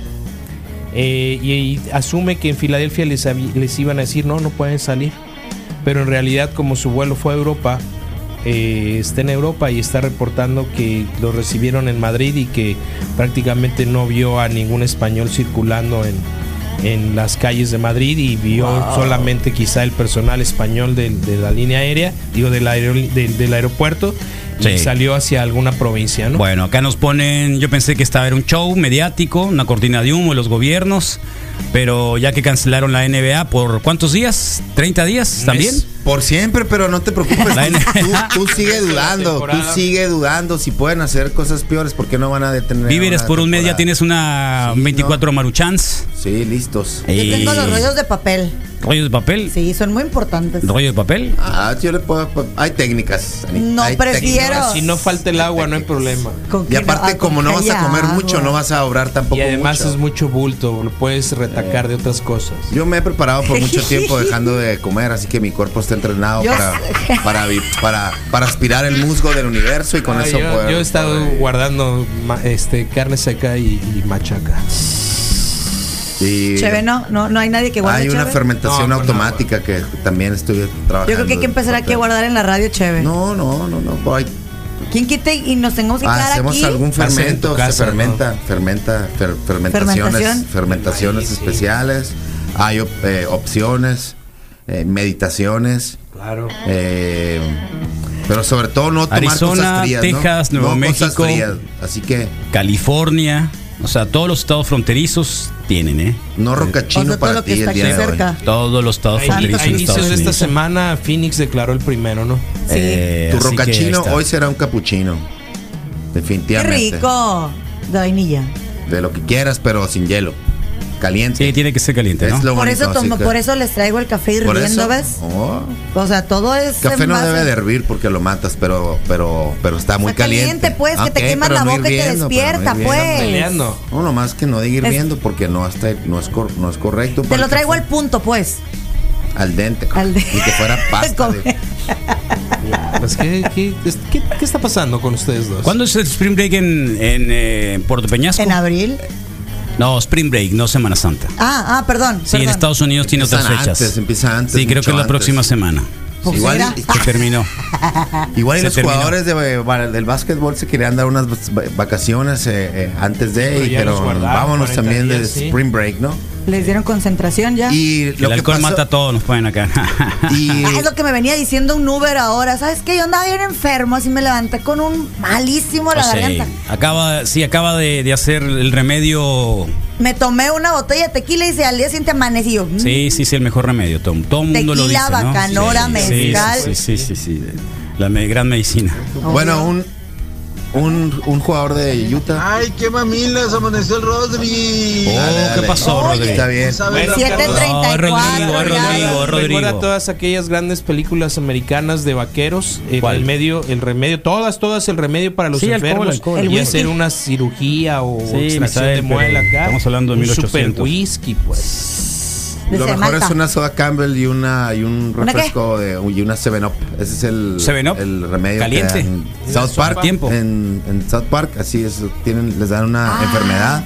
Speaker 6: eh, y, y asume que en Filadelfia les, avi- les iban a decir no, no pueden salir. Pero en realidad como su vuelo fue a Europa, eh, está en Europa y está reportando que lo recibieron en Madrid y que prácticamente no vio a ningún español circulando en, en las calles de Madrid y vio solamente quizá el personal español del- de, la línea aérea, digo del, aerol- del, del aeropuerto,
Speaker 4: Sí.
Speaker 6: y salió hacia alguna provincia, ¿no?
Speaker 4: Bueno, acá nos ponen, yo pensé que estaba era un show mediático, una cortina de humo de los gobiernos, pero ya que cancelaron la NBA por cuántos días, 30 días también.
Speaker 7: Por siempre, pero no te preocupes.
Speaker 4: La N-
Speaker 7: tú, tú sigue dudando. Tú
Speaker 6: temporada.
Speaker 7: sigue dudando si pueden hacer cosas peores. ¿Por qué no van a detener?
Speaker 4: Víveres
Speaker 7: una
Speaker 4: por un mes ya
Speaker 7: temporada?
Speaker 4: tienes una
Speaker 7: Sí,
Speaker 4: 24 maruchans.
Speaker 7: Sí, listos.
Speaker 4: Y-
Speaker 5: Yo tengo los rollos de papel.
Speaker 4: rollos de papel.
Speaker 5: Sí, son muy importantes.
Speaker 4: Rollo de papel.
Speaker 7: Ah, yo le puedo. Hay técnicas. Ani-
Speaker 5: No,
Speaker 7: hay
Speaker 5: prefiero-
Speaker 7: técnicas.
Speaker 6: Si no falta el agua, no hay problema.
Speaker 5: Con
Speaker 7: Y
Speaker 5: que
Speaker 7: aparte,
Speaker 5: ah,
Speaker 7: como no
Speaker 5: con
Speaker 7: vas
Speaker 5: que
Speaker 7: a
Speaker 5: haya
Speaker 7: comer
Speaker 5: agua.
Speaker 7: mucho, no vas a obrar tampoco.
Speaker 6: Y además
Speaker 7: mucho.
Speaker 6: es mucho bulto, lo puedes retacar de otras cosas.
Speaker 7: Yo me he preparado por mucho tiempo dejando de comer, así que mi cuerpo está entrenado
Speaker 5: Yo
Speaker 7: para,
Speaker 5: sé.
Speaker 7: para, vi- para, para aspirar el musgo del universo y con
Speaker 6: Ah,
Speaker 7: eso
Speaker 6: yo,
Speaker 7: poder.
Speaker 6: yo he estado
Speaker 7: poder-
Speaker 6: guardando ma- este carne seca y, y machaca.
Speaker 7: y
Speaker 5: Cheve, no, no, no hay nadie que guarde
Speaker 7: Hay una
Speaker 5: cheve.
Speaker 7: fermentación
Speaker 6: No, con
Speaker 7: automática que también estuve trabajando.
Speaker 5: Yo creo que hay que empezar aquí a guardar en la radio cheve.
Speaker 7: No, no, no, no. por ahí-
Speaker 5: ¿Quién quite y nos tengamos que
Speaker 7: ah,
Speaker 5: quedar
Speaker 7: hacemos
Speaker 5: aquí?
Speaker 7: algún
Speaker 6: Va a ser en tu
Speaker 7: fermento,
Speaker 6: casa,
Speaker 7: se fermenta, fermenta, fer- fermentaciones,
Speaker 5: Fermentación.
Speaker 7: fermentaciones
Speaker 6: Ahí, sí.
Speaker 7: especiales. Hay op- eh, opciones, eh, meditaciones.
Speaker 6: Claro.
Speaker 7: Eh, pero sobre todo no tomar
Speaker 4: Arizona,
Speaker 7: cosas frías, ¿no?
Speaker 4: Texas, Nuevo
Speaker 7: No cosas
Speaker 4: México.
Speaker 7: frías. Así que
Speaker 4: California, o sea, todos los estados fronterizos tienen, ¿eh?
Speaker 7: no
Speaker 5: O
Speaker 7: rocachino
Speaker 5: sea, todo
Speaker 7: para
Speaker 5: lo que
Speaker 7: ti
Speaker 5: está
Speaker 7: el
Speaker 5: aquí
Speaker 7: día de hoy.
Speaker 5: cerca.
Speaker 4: Todos los estados
Speaker 6: A
Speaker 4: fronterizos
Speaker 6: a
Speaker 4: de
Speaker 6: inicios
Speaker 4: Estados
Speaker 6: de esta
Speaker 4: Unidos.
Speaker 6: semana, Phoenix declaró el primero, ¿no?
Speaker 5: Sí.
Speaker 4: Eh,
Speaker 7: Tu
Speaker 4: así que ahí
Speaker 7: rocachino
Speaker 4: está.
Speaker 7: hoy será un capuchino.
Speaker 5: ¡Qué
Speaker 7: Definitivamente.
Speaker 5: rico! De vainilla.
Speaker 7: De lo que quieras, pero sin hielo. Caliente.
Speaker 4: Sí, tiene que ser caliente, ¿no?
Speaker 7: Es lo
Speaker 5: Por eso,
Speaker 7: bonito, así
Speaker 5: tomo-
Speaker 7: que-
Speaker 5: por eso les traigo el café
Speaker 7: por
Speaker 5: hirviendo,
Speaker 7: eso-
Speaker 5: ¿ves?
Speaker 7: Oh,
Speaker 5: O sea, todo es.
Speaker 7: Café
Speaker 5: en
Speaker 7: no
Speaker 5: base-
Speaker 7: debe de hervir porque lo matas, pero pero pero está muy
Speaker 5: Está caliente,
Speaker 7: caliente.
Speaker 5: pues, que te
Speaker 7: Ok,
Speaker 5: quemas
Speaker 7: pero
Speaker 5: la boca y te
Speaker 7: hirviendo, pero
Speaker 5: despierta,
Speaker 7: hirviendo.
Speaker 5: pues.
Speaker 6: Peleando.
Speaker 7: No, nomás que no diga hirviendo porque no hasta no es cor- no es correcto.
Speaker 5: Te
Speaker 7: para
Speaker 5: lo
Speaker 7: el
Speaker 5: traigo
Speaker 7: café.
Speaker 5: al punto, pues.
Speaker 7: Al dente.
Speaker 5: Al de-
Speaker 7: Ni que fuera pasta.
Speaker 5: Come.
Speaker 7: de-
Speaker 6: Pues, ¿qué, qué, es- qué- qué está pasando con ustedes dos?
Speaker 4: ¿Cuándo es el Spring Break en, en, eh, en Puerto Peñasco?
Speaker 5: ¿En abril?
Speaker 4: No, Spring Break, no Semana Santa.
Speaker 5: Ah, ah, perdón.
Speaker 4: Sí, en
Speaker 5: perdón.
Speaker 4: Estados Unidos tiene otras
Speaker 7: Empiezan
Speaker 4: fechas.
Speaker 7: antes, empieza antes,
Speaker 4: sí, creo que
Speaker 7: mucho
Speaker 4: es la
Speaker 7: antes.
Speaker 4: próxima semana.
Speaker 5: Pues
Speaker 7: Igual
Speaker 5: mira.
Speaker 7: y-
Speaker 4: Que terminó.
Speaker 7: Igual y
Speaker 4: Se
Speaker 7: los
Speaker 4: terminó.
Speaker 7: jugadores de, ba- del básquetbol se querían dar unas vac- vacaciones eh, eh, antes de,
Speaker 6: Pero
Speaker 7: y
Speaker 6: ya
Speaker 7: pero
Speaker 6: los guardaron
Speaker 7: vámonos
Speaker 6: 40
Speaker 7: también de
Speaker 6: días, sí.
Speaker 7: Spring Break, ¿no?
Speaker 5: Les dieron concentración ya.
Speaker 7: Y
Speaker 4: El alcohol mata a todos, nos ponen acá.
Speaker 7: y-
Speaker 5: Ah, es lo que me venía diciendo un Uber ahora. ¿Sabes qué? Yo andaba bien enfermo, así me levanté con un malísimo la
Speaker 4: O sea,
Speaker 5: garganta.
Speaker 4: acaba, sí, acaba de, de hacer el remedio.
Speaker 5: Me tomé una botella de tequila y se- al día siguiente amanecí yo. mm,
Speaker 4: Sí, sí, sí, el mejor remedio, Tom. Todo el mundo lo dice.
Speaker 5: Tequila,
Speaker 4: ¿no?
Speaker 5: bacanora,
Speaker 4: Sí,
Speaker 5: mezcal.
Speaker 4: Sí, sí, sí, sí, sí. La me- gran medicina.
Speaker 5: obvio.
Speaker 7: bueno, un, un, un jugador de Utah.
Speaker 8: Ay, qué mamilas, amaneció el Rodri.
Speaker 4: Oh,
Speaker 7: Dale, dale.
Speaker 4: ¿qué pasó, Rodri?
Speaker 7: Está bien.
Speaker 8: ¿Sabe
Speaker 6: Bueno,
Speaker 8: lo que
Speaker 6: siete
Speaker 8: hablo?
Speaker 4: No, es Ah, Rodrigo, es
Speaker 5: 34, ya.
Speaker 4: Rodrigo, es
Speaker 6: Recuerda
Speaker 4: Rodrigo.
Speaker 6: todas aquellas grandes películas americanas de vaqueros, el,
Speaker 4: ¿Cuál?
Speaker 6: el medio, el remedio, todas, todas el remedio para los
Speaker 4: Sí, alcohol,
Speaker 6: enfermos
Speaker 4: alcohol.
Speaker 5: El
Speaker 6: y
Speaker 5: whisky.
Speaker 6: hacer una cirugía o
Speaker 4: Sí,
Speaker 6: extracción
Speaker 4: Misael,
Speaker 6: de
Speaker 4: pero
Speaker 6: muela acá.
Speaker 4: estamos hablando de
Speaker 6: Un
Speaker 4: 1800.
Speaker 6: Super whisky, pues.
Speaker 5: de
Speaker 7: Lo mejor
Speaker 5: Semata.
Speaker 7: es una soda Campbell y una y un
Speaker 5: ¿Una qué?
Speaker 7: refresco de, y una 7 Up. Ese es el
Speaker 4: 7 Up.
Speaker 7: el remedio que
Speaker 4: Caliente.
Speaker 7: dan.
Speaker 4: Y la
Speaker 7: South
Speaker 4: sopa.
Speaker 7: Park
Speaker 4: Tiempo.
Speaker 7: En, en South Park así es, tienen les dan una
Speaker 5: Ah.
Speaker 7: enfermedad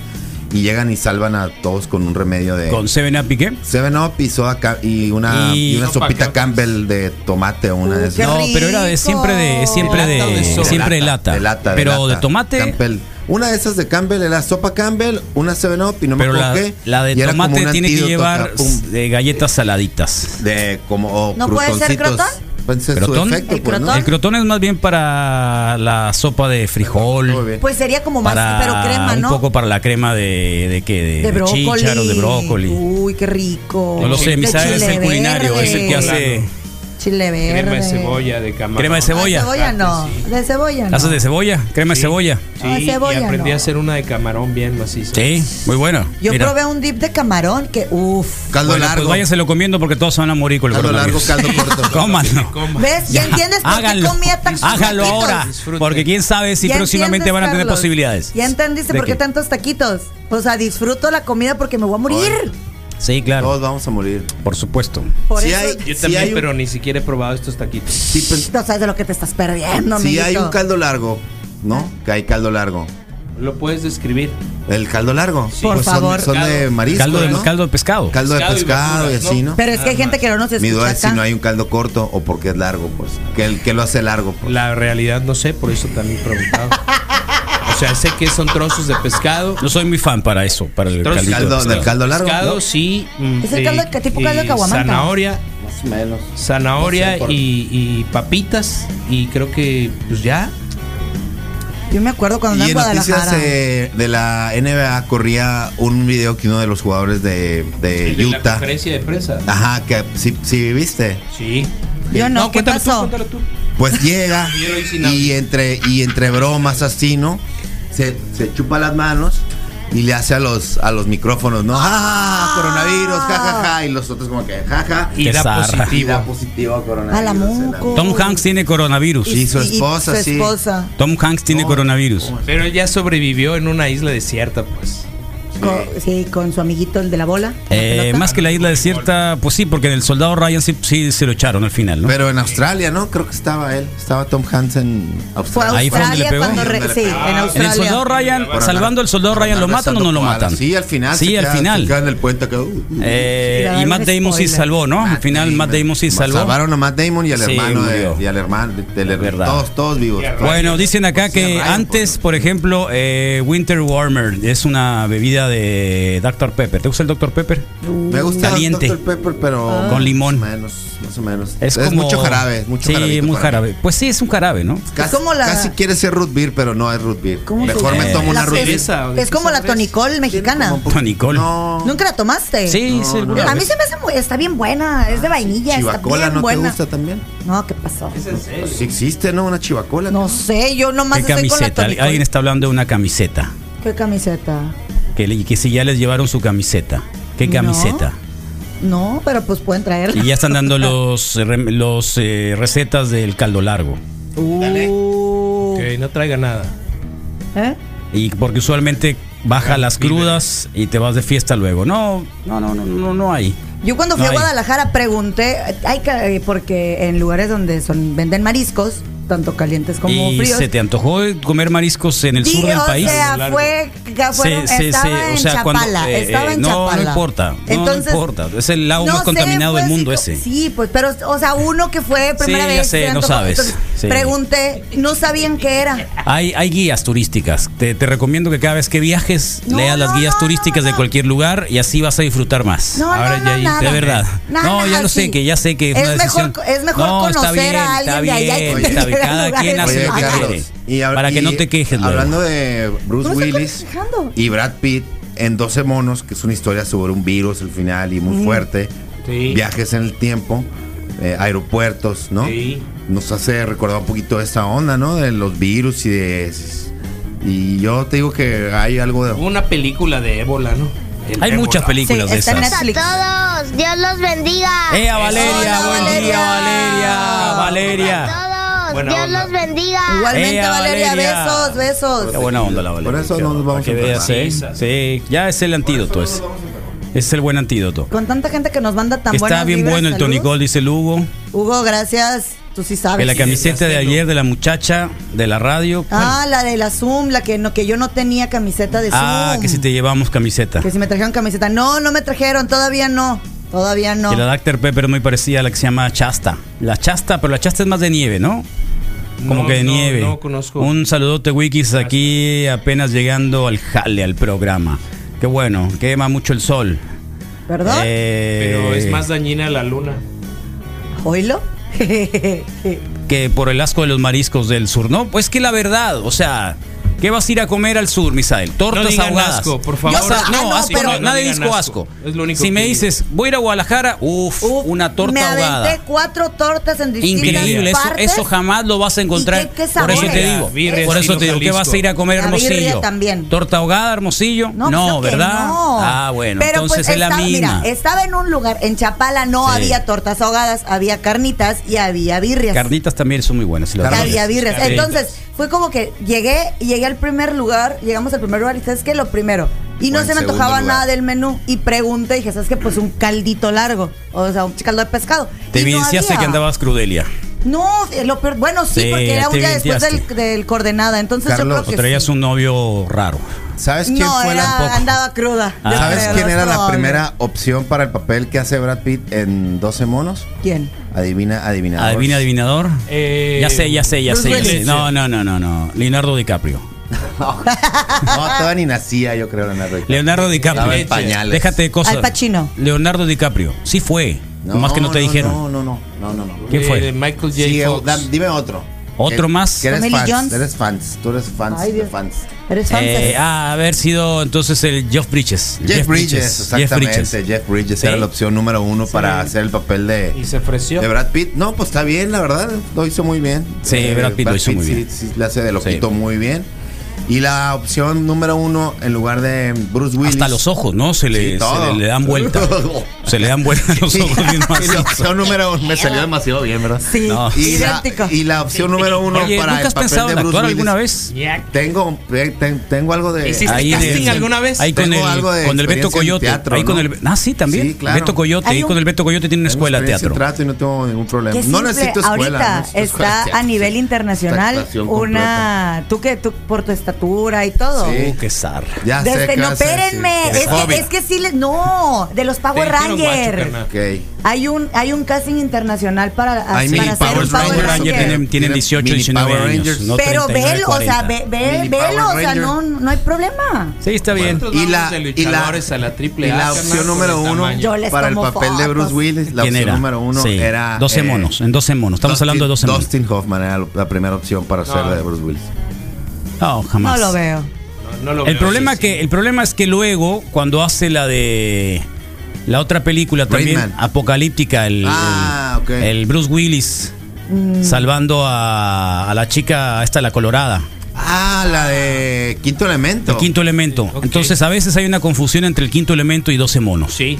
Speaker 7: y llegan y salvan a todos con un remedio de
Speaker 4: Con Seven Up y qué?
Speaker 7: 7 Up y soda Ca- y una
Speaker 4: Y
Speaker 7: y una
Speaker 6: sopa
Speaker 7: sopita Campbell de tomate o una de
Speaker 5: Uh,
Speaker 7: esas.
Speaker 5: qué
Speaker 4: No, pero era de
Speaker 5: rico.
Speaker 4: siempre de siempre
Speaker 6: ¿De
Speaker 4: de,
Speaker 6: lata o de sopa?
Speaker 4: siempre de lata,
Speaker 7: De lata, de
Speaker 4: pero de,
Speaker 7: lata.
Speaker 4: tomate.
Speaker 7: Campbell. Una de esas de Campbell era sopa Campbell, una 7 Up y no
Speaker 4: Pero
Speaker 7: me
Speaker 4: la,
Speaker 7: acuerdo qué.
Speaker 4: la de
Speaker 7: y era como
Speaker 4: tomate
Speaker 7: un
Speaker 4: tiene que
Speaker 7: antídoto
Speaker 4: llevar
Speaker 7: acá, pum.
Speaker 4: de galletas saladitas.
Speaker 7: de como o
Speaker 5: ¿No puede ser
Speaker 7: crutoncitos.
Speaker 5: crotón?
Speaker 7: Puede ser su
Speaker 4: ¿Crotón?
Speaker 7: efecto,
Speaker 5: ¿El
Speaker 7: pues, ¿no?
Speaker 5: crotón?
Speaker 4: El crotón es más bien para la sopa de
Speaker 7: Muy
Speaker 4: frijol.
Speaker 7: bien.
Speaker 5: Pues sería como más,
Speaker 4: Para
Speaker 5: pero crema, ¿no?
Speaker 4: Un poco para la crema de, de que de,
Speaker 5: de
Speaker 4: de
Speaker 5: brócoli.
Speaker 4: chícharos, de brócoli.
Speaker 5: Uy, qué rico.
Speaker 4: no lo sé,
Speaker 5: De
Speaker 4: mi sabe es
Speaker 5: chile
Speaker 4: el culinario, es el que
Speaker 5: verde.
Speaker 4: hace
Speaker 5: Chile verde.
Speaker 6: Crema de cebolla, de camarón.
Speaker 4: crema de
Speaker 5: Ah,
Speaker 4: cebolla.
Speaker 5: cebolla no. De cebolla no.
Speaker 4: ¿Haces de cebolla? Crema de
Speaker 6: Sí.
Speaker 4: cebolla.
Speaker 6: Sí,
Speaker 5: No, de cebolla
Speaker 6: y aprendí
Speaker 5: no.
Speaker 6: a hacer una de camarón bien maciza.
Speaker 4: Sí, muy bueno.
Speaker 5: Yo
Speaker 4: Mira.
Speaker 5: probé un dip de camarón que, uff.
Speaker 7: Caldo
Speaker 4: Bueno,
Speaker 7: largo.
Speaker 4: Pues váyanse lo comiendo porque todos se van a morir con el
Speaker 7: Caldo largo,
Speaker 4: coronavirus.
Speaker 7: caldo corto.
Speaker 4: Cómanlo.
Speaker 5: ¿Ves? ¿Ya, entiendes por
Speaker 4: háganlo,
Speaker 5: qué comía tantos
Speaker 4: hágalo
Speaker 5: taquitos?
Speaker 4: ahora,
Speaker 6: Disfruten.
Speaker 4: porque quién sabe si
Speaker 5: ¿Ya
Speaker 4: próximamente
Speaker 5: entiendes,
Speaker 4: van a tener
Speaker 5: Carlos?
Speaker 4: posibilidades.
Speaker 5: ¿Ya entendiste
Speaker 4: ¿De
Speaker 5: por qué
Speaker 4: qué?
Speaker 5: tantos taquitos? O sea, disfruto la comida porque me voy a morir.
Speaker 4: Sí, claro,
Speaker 7: Todos vamos a morir.
Speaker 4: por supuesto.
Speaker 5: Por
Speaker 7: Sí
Speaker 5: eso.
Speaker 7: hay-
Speaker 6: Yo
Speaker 7: Sí
Speaker 6: también,
Speaker 7: un-
Speaker 6: pero ni siquiera he probado estos taquitos.
Speaker 7: Sí, pues,
Speaker 5: No sabes de lo que te estás perdiendo,
Speaker 7: sí hay
Speaker 5: amiguito.
Speaker 7: un caldo largo, ¿no? Que hay caldo largo.
Speaker 6: ¿Lo puedes describir?
Speaker 7: El caldo largo. Pues
Speaker 5: Por
Speaker 7: son-
Speaker 5: favor.
Speaker 7: Son, de
Speaker 6: Caldo.
Speaker 7: marisco,
Speaker 4: Caldo de,
Speaker 7: ¿no?
Speaker 4: caldo de pescado.
Speaker 7: Caldo de
Speaker 6: Pescado y
Speaker 7: pescado y,
Speaker 6: verduras,
Speaker 7: así, ¿no?
Speaker 6: ¿no?
Speaker 5: Pero es que hay gente que no nos
Speaker 7: Mi
Speaker 5: escucha
Speaker 7: duda
Speaker 5: acá.
Speaker 7: es si no hay un caldo corto o porque es largo, pues. ¿Qué, el- qué lo hace largo? pues?
Speaker 6: La realidad no sé, por eso también preguntaba. o sea, sé que son trozos de pescado.
Speaker 4: No soy muy fan para eso, para el
Speaker 6: Trozos
Speaker 4: caldito
Speaker 6: de
Speaker 4: de
Speaker 7: caldo- del
Speaker 4: pescado.
Speaker 7: caldo largo.
Speaker 6: Pescado,
Speaker 7: ¿no?
Speaker 6: sí. mm,
Speaker 5: Es el
Speaker 6: eh,
Speaker 5: caldo que- tipo caldo
Speaker 6: eh,
Speaker 5: caguamanta.
Speaker 6: Zanahoria,
Speaker 7: Más o menos.
Speaker 6: zanahoria
Speaker 7: No sé, por-
Speaker 6: y, y papitas. Y creo que, pues ya.
Speaker 5: Yo me acuerdo cuando
Speaker 7: Y en
Speaker 5: andaba en
Speaker 7: noticias
Speaker 5: Guadalajara.
Speaker 7: eh, de la NBA corría un video que uno de los jugadores de, de
Speaker 6: De La
Speaker 7: Utah.
Speaker 6: conferencia de prensa.
Speaker 7: Ajá, que sí, sí viste.
Speaker 6: Sí.
Speaker 5: Yo no, ¿qué
Speaker 6: cuéntalo
Speaker 5: pasó?
Speaker 6: Tú, cuéntalo tú.
Speaker 7: Pues llega
Speaker 6: Yo lo hice sin
Speaker 7: y
Speaker 6: audio.
Speaker 7: entre, y entre bromas así, ¿no? Se, se chupa las manos y le hace a los, a los micrófonos, ¿no? ¡Ah! Coronavirus, jajaja. Y los otros como que, jaja.
Speaker 6: Y
Speaker 4: Qué
Speaker 6: da
Speaker 4: zarra.
Speaker 7: Y
Speaker 6: positivo.
Speaker 7: da positivo a coronavirus.
Speaker 5: A la moco.
Speaker 4: Tom Hanks tiene coronavirus.
Speaker 7: Y su esposa,
Speaker 5: su
Speaker 7: sí.
Speaker 5: esposa.
Speaker 4: Tom Hanks tiene coronavirus.
Speaker 6: Pero él ya sobrevivió en una isla desierta, pues.
Speaker 5: Co- Sí. con su amiguito, el de la bola. la
Speaker 4: Eh,
Speaker 5: pelota.
Speaker 4: más que la isla desierta, pues sí, porque en el soldado Ryan sí, sí se lo echaron al final, ¿no?
Speaker 7: Pero en Australia, ¿no? Creo que estaba él. Estaba Tom Hanks en
Speaker 5: Fue a
Speaker 7: Australia.
Speaker 4: Ahí fue donde le
Speaker 5: Australia
Speaker 4: pegó.
Speaker 5: cuando. re-
Speaker 7: Donde
Speaker 5: sí,
Speaker 7: le pegó. Ah,
Speaker 5: en
Speaker 4: En el soldado
Speaker 5: Australia.
Speaker 4: Ryan,
Speaker 7: Por andar-
Speaker 4: salvando el soldado
Speaker 7: por
Speaker 4: Ryan, ¿lo
Speaker 7: andar
Speaker 4: matan o no lo
Speaker 7: besando
Speaker 4: matan?
Speaker 7: koalas. Sí, al final.
Speaker 4: Sí,
Speaker 7: se
Speaker 4: al
Speaker 7: queda- Se
Speaker 4: final.
Speaker 7: queda en el puente acá. uh, uh.
Speaker 4: Eh,
Speaker 5: Mira,
Speaker 4: y
Speaker 5: un
Speaker 4: Matt Damon sí
Speaker 5: spoiler.
Speaker 4: salvó, ¿no?
Speaker 7: Ah,
Speaker 4: Al final Matt Damon sí salvó.
Speaker 7: Salvaron a Matt Damon y al
Speaker 4: Sí,
Speaker 7: hermano de,
Speaker 4: murió.
Speaker 7: y al hermano de- del-
Speaker 4: Verdad.
Speaker 7: todos todos vivos.
Speaker 4: Bueno, dicen acá
Speaker 7: Pues sí,
Speaker 4: que
Speaker 7: Ryan,
Speaker 4: antes,
Speaker 7: pues.
Speaker 4: por ejemplo, eh, Winter Warmer es una bebida de Dr. Pepper. ¿Te gusta el Dr. Pepper?
Speaker 7: Me gusta
Speaker 4: uh, Caliente. Ah.
Speaker 7: el Dr. Pepper, pero
Speaker 4: Con limón.
Speaker 7: Más o menos, más o menos. Es, mucho jarabe, mucho
Speaker 4: sí,
Speaker 7: jarabito
Speaker 4: muy
Speaker 7: para mí.
Speaker 4: jarabe. Pues sí, es un jarabe, ¿no?
Speaker 7: Casi,
Speaker 5: Es como la-
Speaker 7: casi quiere ser root beer, pero no es root beer.
Speaker 5: ¿Cómo se
Speaker 7: Mejor
Speaker 5: llama?
Speaker 7: me tomo
Speaker 5: La-
Speaker 7: una root beer.
Speaker 5: es, es como la tonicol mexicana.
Speaker 7: Como un poco-
Speaker 4: Tonicol.
Speaker 7: No.
Speaker 5: ¿Nunca la tomaste?
Speaker 4: Sí,
Speaker 7: No,
Speaker 4: seguro.
Speaker 7: no.
Speaker 5: A mí se me hace muy, está bien buena, es de vainilla, está
Speaker 7: Ah, Chivacola
Speaker 5: bien
Speaker 7: no
Speaker 5: buena.
Speaker 7: te gusta también. Pues
Speaker 5: No, ¿qué pasó?
Speaker 7: Sí existe, ¿no? Una chivacola.
Speaker 5: No sé, yo nomás
Speaker 4: ¿Qué
Speaker 5: estoy
Speaker 4: camiseta?
Speaker 5: con la
Speaker 4: Alguien
Speaker 5: Tonicol.
Speaker 4: está hablando de una camiseta.
Speaker 5: ¿Qué camiseta?
Speaker 4: Que, le- que si ya les llevaron su camiseta. ¿Qué
Speaker 5: No.
Speaker 4: camiseta?
Speaker 5: No, pero pues pueden traerla.
Speaker 4: Y ya están dando los, eh, rem- los eh, recetas del caldo largo.
Speaker 5: Uh,
Speaker 6: Ok, no traiga nada.
Speaker 5: ¿Eh?
Speaker 4: Y porque usualmente baja las crudas y te vas de fiesta luego. No, no, no, no, no, no hay.
Speaker 5: Yo cuando fui
Speaker 4: Ay.
Speaker 5: a Guadalajara pregunté, hay ca- eh, porque en lugares donde son venden mariscos, tanto calientes como
Speaker 4: ¿Y
Speaker 5: fríos.
Speaker 4: se te antojó comer mariscos en el
Speaker 5: Sí,
Speaker 4: sur del
Speaker 5: o
Speaker 4: país?
Speaker 5: sea, fue, ca- fueron-
Speaker 4: Se- se-
Speaker 5: estaba
Speaker 4: se- o
Speaker 5: en
Speaker 4: sea, cuando-
Speaker 5: Chapala,
Speaker 4: eh,
Speaker 5: estaba
Speaker 4: eh,
Speaker 5: en
Speaker 4: no,
Speaker 5: Chapala.
Speaker 4: no importa, no, no importa, es el lago más
Speaker 5: sé,
Speaker 4: contaminado del
Speaker 5: pues,
Speaker 4: mundo
Speaker 5: sí,
Speaker 4: ese.
Speaker 5: Sí, pues, pero, o sea, uno que fue primera
Speaker 4: Sí, ya
Speaker 5: vez.
Speaker 4: sé,
Speaker 5: se le
Speaker 4: no
Speaker 5: antojó,
Speaker 4: sabes,
Speaker 5: entonces,
Speaker 4: sí.
Speaker 5: Pregunté, no sabían qué era.
Speaker 4: Hay, hay guías turísticas. Te, te recomiendo que cada vez que viajes
Speaker 5: No,
Speaker 4: leas las
Speaker 5: no,
Speaker 4: guías
Speaker 5: no,
Speaker 4: turísticas
Speaker 5: no,
Speaker 4: de
Speaker 5: no.
Speaker 4: cualquier lugar y así vas a disfrutar más.
Speaker 5: No, no,
Speaker 6: Ahora ya
Speaker 5: no,
Speaker 6: ahí-
Speaker 5: nada.
Speaker 4: de verdad.
Speaker 5: Nada,
Speaker 4: no, ya lo
Speaker 5: sí.
Speaker 4: sé, que ya sé que es,
Speaker 5: es
Speaker 4: una
Speaker 5: mejor,
Speaker 4: decisión.
Speaker 5: es mejor
Speaker 4: No, está
Speaker 5: conocer
Speaker 4: bien,
Speaker 5: a
Speaker 4: está
Speaker 5: alguien de
Speaker 4: bien,
Speaker 5: allá y
Speaker 4: está bien.
Speaker 5: conocer a
Speaker 4: Cada quien
Speaker 5: lugares
Speaker 4: hace
Speaker 7: Oye,
Speaker 4: lo que
Speaker 5: nuevos.
Speaker 4: quiere.
Speaker 7: Carlos, y ahora-
Speaker 4: Para que
Speaker 7: y
Speaker 4: no te quejes luego.
Speaker 7: Hablando de Bruce
Speaker 5: No se acuerda
Speaker 7: Willis
Speaker 5: quejando.
Speaker 7: y Brad Pitt en 12 monos, que es una historia sobre un virus, el final, y muy fuerte.
Speaker 6: Sí.
Speaker 7: Viajes en el tiempo, eh, aeropuertos, ¿no?
Speaker 6: Sí.
Speaker 7: Nos hace recordar un poquito de esta onda, ¿no? De los virus y de... Y yo te digo que hay algo de...
Speaker 6: Hubo Una película de ébola, ¿no? El
Speaker 4: Hay
Speaker 6: ébola.
Speaker 4: muchas películas
Speaker 5: Sí,
Speaker 4: de
Speaker 5: está en
Speaker 4: esas.
Speaker 5: Netflix.
Speaker 3: Todos, Dios los bendiga.
Speaker 7: Eh,
Speaker 4: ¡Ea, Valeria!
Speaker 5: Hola,
Speaker 4: ¡Buen
Speaker 5: Valeria.
Speaker 4: día, Valeria! ¡Valeria!
Speaker 3: Todos,
Speaker 6: Buena
Speaker 3: Dios
Speaker 6: onda.
Speaker 3: los bendiga.
Speaker 5: Igualmente,
Speaker 4: Ea,
Speaker 5: Valeria,
Speaker 4: Valeria.
Speaker 5: besos, besos.
Speaker 4: Qué buena onda la Valeria.
Speaker 7: Por eso no nos vamos
Speaker 4: Que
Speaker 7: a
Speaker 4: veas,
Speaker 7: enfermar.
Speaker 4: ¿eh? Sí, ya es el antídoto. Es, es el buen antídoto.
Speaker 5: Con tanta gente que nos manda tan buenas
Speaker 4: Está bien
Speaker 5: vibras,
Speaker 4: bueno el
Speaker 5: saludos.
Speaker 4: Tonicol, dice Lugo.
Speaker 5: Hugo, gracias. Tú sí sabes.
Speaker 4: Que la camiseta de ayer de la muchacha de la radio.
Speaker 5: Ah, la de la Zoom, la que no que yo no tenía camiseta de Zoom.
Speaker 4: Ah, que si te llevamos camiseta.
Speaker 5: Que si me trajeron camiseta. No, no me trajeron, todavía no. Todavía no.
Speaker 4: Que la Dr. Pepper es muy parecida a la que se llama Chasta. La Chasta, pero la Chasta es más de nieve, ¿no? Como
Speaker 6: No,
Speaker 4: que de
Speaker 6: no,
Speaker 4: nieve.
Speaker 6: no conozco.
Speaker 4: Un saludote, Wikis, aquí apenas llegando al jale, al programa. Qué bueno, quema mucho el sol.
Speaker 5: ¿Perdón?
Speaker 4: Eh,
Speaker 6: Pero es más dañina la luna.
Speaker 5: ¿Oilo?
Speaker 4: que por el asco de los mariscos del sur, ¿no? Pues que la verdad, o sea, ¿qué vas a ir a comer al sur, Misael? Tortas
Speaker 6: No digan
Speaker 4: ahogadas.
Speaker 6: asco, por favor.
Speaker 4: Vas a-
Speaker 5: Ah,
Speaker 4: no,
Speaker 5: no,
Speaker 4: asco,
Speaker 5: pero-
Speaker 4: no, nadie
Speaker 6: No digan
Speaker 4: dijo asco.
Speaker 6: asco. Es lo único
Speaker 4: si me
Speaker 6: que-
Speaker 4: dices, voy a ir a Guadalajara, uff,
Speaker 5: Uf,
Speaker 4: una torta
Speaker 5: Me aventé
Speaker 4: ahogada.
Speaker 5: cuatro tortas en distintas
Speaker 4: Increíble, eso,
Speaker 5: partes.
Speaker 4: eso jamás lo vas a encontrar.
Speaker 5: ¿Y qué- qué
Speaker 4: por eso
Speaker 5: sabores?
Speaker 4: te digo,
Speaker 6: Birria,
Speaker 4: por eso
Speaker 6: estilo
Speaker 4: te digo, ¿qué
Speaker 6: Jalisco.
Speaker 4: vas a ir a comer a
Speaker 5: La birria
Speaker 4: hermosillo?
Speaker 5: también.
Speaker 4: Torta ahogada, hermosillo. No,
Speaker 5: pues creo que
Speaker 4: ¿verdad?
Speaker 5: no.
Speaker 4: Ah, bueno,
Speaker 5: Pero,
Speaker 4: entonces
Speaker 5: pues,
Speaker 4: es la
Speaker 5: estaba-
Speaker 4: misma.
Speaker 5: Mira, estaba en un lugar, en Chapala no
Speaker 4: Sí.
Speaker 5: había tortas ahogadas, había carnitas y había birrias.
Speaker 4: Carnitas también son muy buenas. si las
Speaker 5: Ya
Speaker 7: Carnitas.
Speaker 4: haces.
Speaker 5: había birrias.
Speaker 4: Sí.
Speaker 5: Entonces, fue como que llegué, llegué al primer lugar, llegamos al primer lugar y ¿sabes qué? Lo primero. Y no
Speaker 7: O en
Speaker 5: se me
Speaker 7: segundo
Speaker 5: antojaba
Speaker 7: lugar.
Speaker 5: nada del menú. Y pregunté, dije, ¿sabes qué? Pues un caldito largo. O sea, un caldo de pescado.
Speaker 4: te
Speaker 5: Y no
Speaker 4: evidenciaste
Speaker 5: había.
Speaker 4: que andabas crudelia.
Speaker 5: No, eh, lo peor. Bueno, sí,
Speaker 4: Sí,
Speaker 5: porque era
Speaker 4: te
Speaker 5: un día después del,
Speaker 4: evidenciaste.
Speaker 5: del coordenada. Entonces
Speaker 7: Carlos,
Speaker 5: yo creo
Speaker 4: O
Speaker 5: que.
Speaker 4: traías
Speaker 5: sí.
Speaker 4: un novio raro.
Speaker 7: ¿Sabes quién
Speaker 5: No,
Speaker 7: fue la...
Speaker 5: era, andaba cruda.
Speaker 4: Ah.
Speaker 5: yo
Speaker 7: ¿Sabes
Speaker 5: creo,
Speaker 7: quién
Speaker 5: es
Speaker 7: era la
Speaker 5: probable.
Speaker 7: primera opción para el papel que hace Brad Pitt en 12 monos?
Speaker 5: ¿Quién?
Speaker 7: Adivina, adivina.
Speaker 4: Adivina, adivinador.
Speaker 6: Eh,
Speaker 4: Ya sé, ya sé, ya
Speaker 6: Bruce
Speaker 4: sé, ya sé.
Speaker 6: Willis.
Speaker 4: No, no, no, no, no. Leonardo DiCaprio.
Speaker 7: No, todavía ni nacía, yo creo, Leonardo. DiCaprio.
Speaker 4: Leonardo DiCaprio.
Speaker 7: Estaba en pañales.
Speaker 4: Déjate de cosas.
Speaker 5: Al Pacino.
Speaker 4: Leonardo DiCaprio. Sí fue. más que no te dijeron.
Speaker 7: No, no, no, no, no. no.
Speaker 4: ¿Quién
Speaker 6: Eh,
Speaker 4: fue?
Speaker 6: de Michael J.
Speaker 7: Sí,
Speaker 6: Fox.
Speaker 7: da- dime otro.
Speaker 4: ¿Otro
Speaker 7: Que-
Speaker 4: más?
Speaker 7: Que eres
Speaker 5: Tommy Lee
Speaker 7: fans,
Speaker 5: Jones.
Speaker 7: eres fans, tú eres fans,
Speaker 5: Ay,
Speaker 7: de
Speaker 5: Dios.
Speaker 7: fans.
Speaker 5: Eres fan.
Speaker 4: Eh, ah, haber sido entonces el Jeff Bridges.
Speaker 7: Jeff, Bridges,
Speaker 4: Jeff
Speaker 7: exactamente. Jeff Bridges, era
Speaker 4: Sí.
Speaker 7: la opción número uno para hacer el papel
Speaker 6: Y
Speaker 7: de,
Speaker 6: se ofreció.
Speaker 7: de Brad Pitt. No, pues está bien, la verdad, lo hizo muy bien.
Speaker 4: Sí, Brad Pitt lo hizo muy
Speaker 7: sí-
Speaker 4: bien.
Speaker 7: sí le hace de loquito muy bien. Y la opción número uno, en lugar de Bruce Willis.
Speaker 4: Hasta los ojos, ¿no? Se
Speaker 7: Sí,
Speaker 4: le, se
Speaker 7: todo.
Speaker 4: le, le dan vuelta. se le dan vuelta los
Speaker 7: Sí.
Speaker 4: ojos bien
Speaker 7: Y la
Speaker 4: macizo.
Speaker 7: opción número uno me salió demasiado bien, ¿verdad?
Speaker 5: Sí,
Speaker 4: ah, no.
Speaker 7: Y la,
Speaker 5: idéntico.
Speaker 7: y la opción número uno
Speaker 4: Oye,
Speaker 7: para
Speaker 4: ¿nunca
Speaker 7: el
Speaker 4: has
Speaker 7: papel
Speaker 4: pensado
Speaker 7: de
Speaker 4: en
Speaker 7: Bruce
Speaker 4: actuar alguna
Speaker 7: Willis.
Speaker 4: vez?
Speaker 6: Ya.
Speaker 7: Tengo, eh, ten- tengo algo de.
Speaker 6: ¿Hiciste
Speaker 4: Ahí en el-
Speaker 6: casting alguna vez?
Speaker 4: Ahí con
Speaker 7: Tengo
Speaker 4: el,
Speaker 7: algo de
Speaker 4: con el Beto
Speaker 7: experiencia en
Speaker 4: Coyote.
Speaker 7: teatro,
Speaker 4: ahí con
Speaker 7: ¿no?
Speaker 4: el, ah, sí, también.
Speaker 7: Sí, claro.
Speaker 4: Beto Coyote.
Speaker 5: Hay
Speaker 4: Ahí
Speaker 5: un-
Speaker 4: con el Beto Coyote tiene una
Speaker 7: Tengo
Speaker 4: escuela de
Speaker 7: experiencia en
Speaker 4: teatro.
Speaker 7: teatro y no tengo ningún problema.
Speaker 5: Qué
Speaker 7: No
Speaker 5: simple.
Speaker 7: necesito escuela.
Speaker 5: Ahorita
Speaker 7: no necesito escuela de
Speaker 5: está a
Speaker 7: teatro,
Speaker 5: nivel
Speaker 7: sí. Esta
Speaker 5: internacional
Speaker 7: actuación
Speaker 5: una. Tú que tú por tu estatura y todo.
Speaker 7: Sí.
Speaker 4: Oh, qué zarra.
Speaker 7: Ya sé
Speaker 5: Desde-
Speaker 7: qué
Speaker 5: no,
Speaker 7: vas a decir.
Speaker 5: espérenme.
Speaker 7: De
Speaker 5: Es que,
Speaker 7: Hobbit.
Speaker 5: es que sí, le- no, de los
Speaker 6: Te
Speaker 5: Power
Speaker 6: dijeron guacho,
Speaker 5: Rangers.
Speaker 6: carnal.
Speaker 7: Ok.
Speaker 5: Hay un, hay un casting internacional para,
Speaker 7: Hay mini
Speaker 5: para ser
Speaker 7: Power
Speaker 5: un Power
Speaker 7: Rangers,
Speaker 5: Ranger.
Speaker 7: Rangers
Speaker 4: tienen, tienen
Speaker 7: Tienen
Speaker 4: 18,
Speaker 7: mini
Speaker 4: 19
Speaker 7: Power
Speaker 4: años.
Speaker 7: Rangers.
Speaker 4: no
Speaker 5: Pero
Speaker 4: 39,
Speaker 5: velo, o sea,
Speaker 4: 40.
Speaker 5: ve, ve,
Speaker 7: Mini
Speaker 5: velo,
Speaker 7: Power
Speaker 5: o sea,
Speaker 7: Ranger.
Speaker 5: no, no hay problema.
Speaker 4: Sí, está bien.
Speaker 6: Nosotros
Speaker 7: Y
Speaker 6: vamos
Speaker 7: la,
Speaker 6: de
Speaker 7: y la,
Speaker 6: luchadores a la triple
Speaker 7: y
Speaker 6: A,
Speaker 7: la
Speaker 6: carnal,
Speaker 7: opción
Speaker 6: con
Speaker 7: número
Speaker 6: el
Speaker 7: uno
Speaker 6: tamaño.
Speaker 5: Yo les
Speaker 7: para el
Speaker 5: como
Speaker 7: papel de Bruce
Speaker 5: fotos.
Speaker 7: Willis, la
Speaker 4: ¿Quién
Speaker 7: opción
Speaker 4: era?
Speaker 7: número uno
Speaker 4: Sí,
Speaker 7: era.
Speaker 4: 12
Speaker 7: eh,
Speaker 4: monos, en 12 monos. Estamos
Speaker 7: Dustin-
Speaker 4: hablando de 12 monos.
Speaker 7: Dustin Hoffman era la, la primera opción para hacer la de Bruce Willis.
Speaker 4: No, jamás.
Speaker 5: No lo veo.
Speaker 6: No, no lo
Speaker 4: El
Speaker 6: veo,
Speaker 4: problema,
Speaker 6: sí, sí.
Speaker 4: que, el problema es que luego, cuando hace la de. La otra película
Speaker 7: Rain
Speaker 4: también,
Speaker 7: Man.
Speaker 4: apocalíptica, el,
Speaker 7: Ah,
Speaker 4: el-
Speaker 7: ok.
Speaker 4: el Bruce Willis salvando a, a la chica, a esta, la colorada,
Speaker 7: Ah, la de Quinto Elemento.
Speaker 4: el quinto elemento.
Speaker 6: ok.
Speaker 4: Entonces, a veces hay una confusión entre el quinto elemento y 12 monos.
Speaker 6: Sí.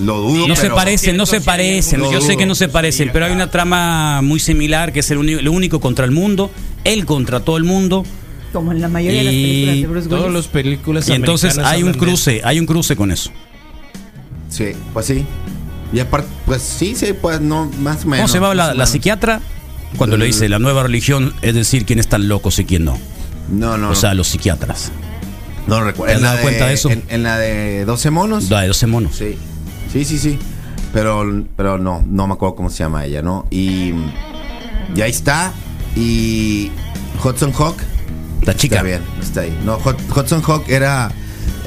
Speaker 7: Lo dudo.
Speaker 4: No se
Speaker 7: pero-
Speaker 4: parecen, no se
Speaker 6: cierto, sí, hay
Speaker 4: parecen.
Speaker 7: algunos
Speaker 4: Yo sé que no
Speaker 7: dudos.
Speaker 4: se parecen,
Speaker 6: Sí,
Speaker 4: pero hay
Speaker 6: acá.
Speaker 4: una trama muy similar que es el, uni- el único contra el mundo, él contra todo el mundo.
Speaker 5: Como en la mayoría de las
Speaker 4: Y
Speaker 5: películas de Bruce
Speaker 6: Todas
Speaker 5: Willis.
Speaker 6: las películas
Speaker 4: Y entonces
Speaker 6: americanas
Speaker 4: hay un
Speaker 6: hablan de-
Speaker 4: cruce, hay un cruce con eso.
Speaker 7: Sí, pues sí. Y aparte, pues sí, sí, pues no, más o menos.
Speaker 4: ¿Cómo se va
Speaker 7: más
Speaker 4: la,
Speaker 7: o
Speaker 4: la
Speaker 7: menos.
Speaker 4: psiquiatra cuando le dice la nueva religión es decir quién están locos y quién no?
Speaker 7: No, no.
Speaker 4: O sea,
Speaker 7: no,
Speaker 4: los psiquiatras.
Speaker 7: no recuerdo.
Speaker 4: ¿Te has
Speaker 7: En la
Speaker 4: dado cuenta de eso?
Speaker 7: En, en la de 12 monos.
Speaker 4: Da de 12 monos.
Speaker 7: Ah, Sí, sí, sí, sí. Pero, pero no, no me acuerdo cómo se llama ella, ¿no? Y, y ahí está. Y Hudson Hawk.
Speaker 4: La chica.
Speaker 7: Está bien, está ahí. No, Hud- Hudson Hawk era.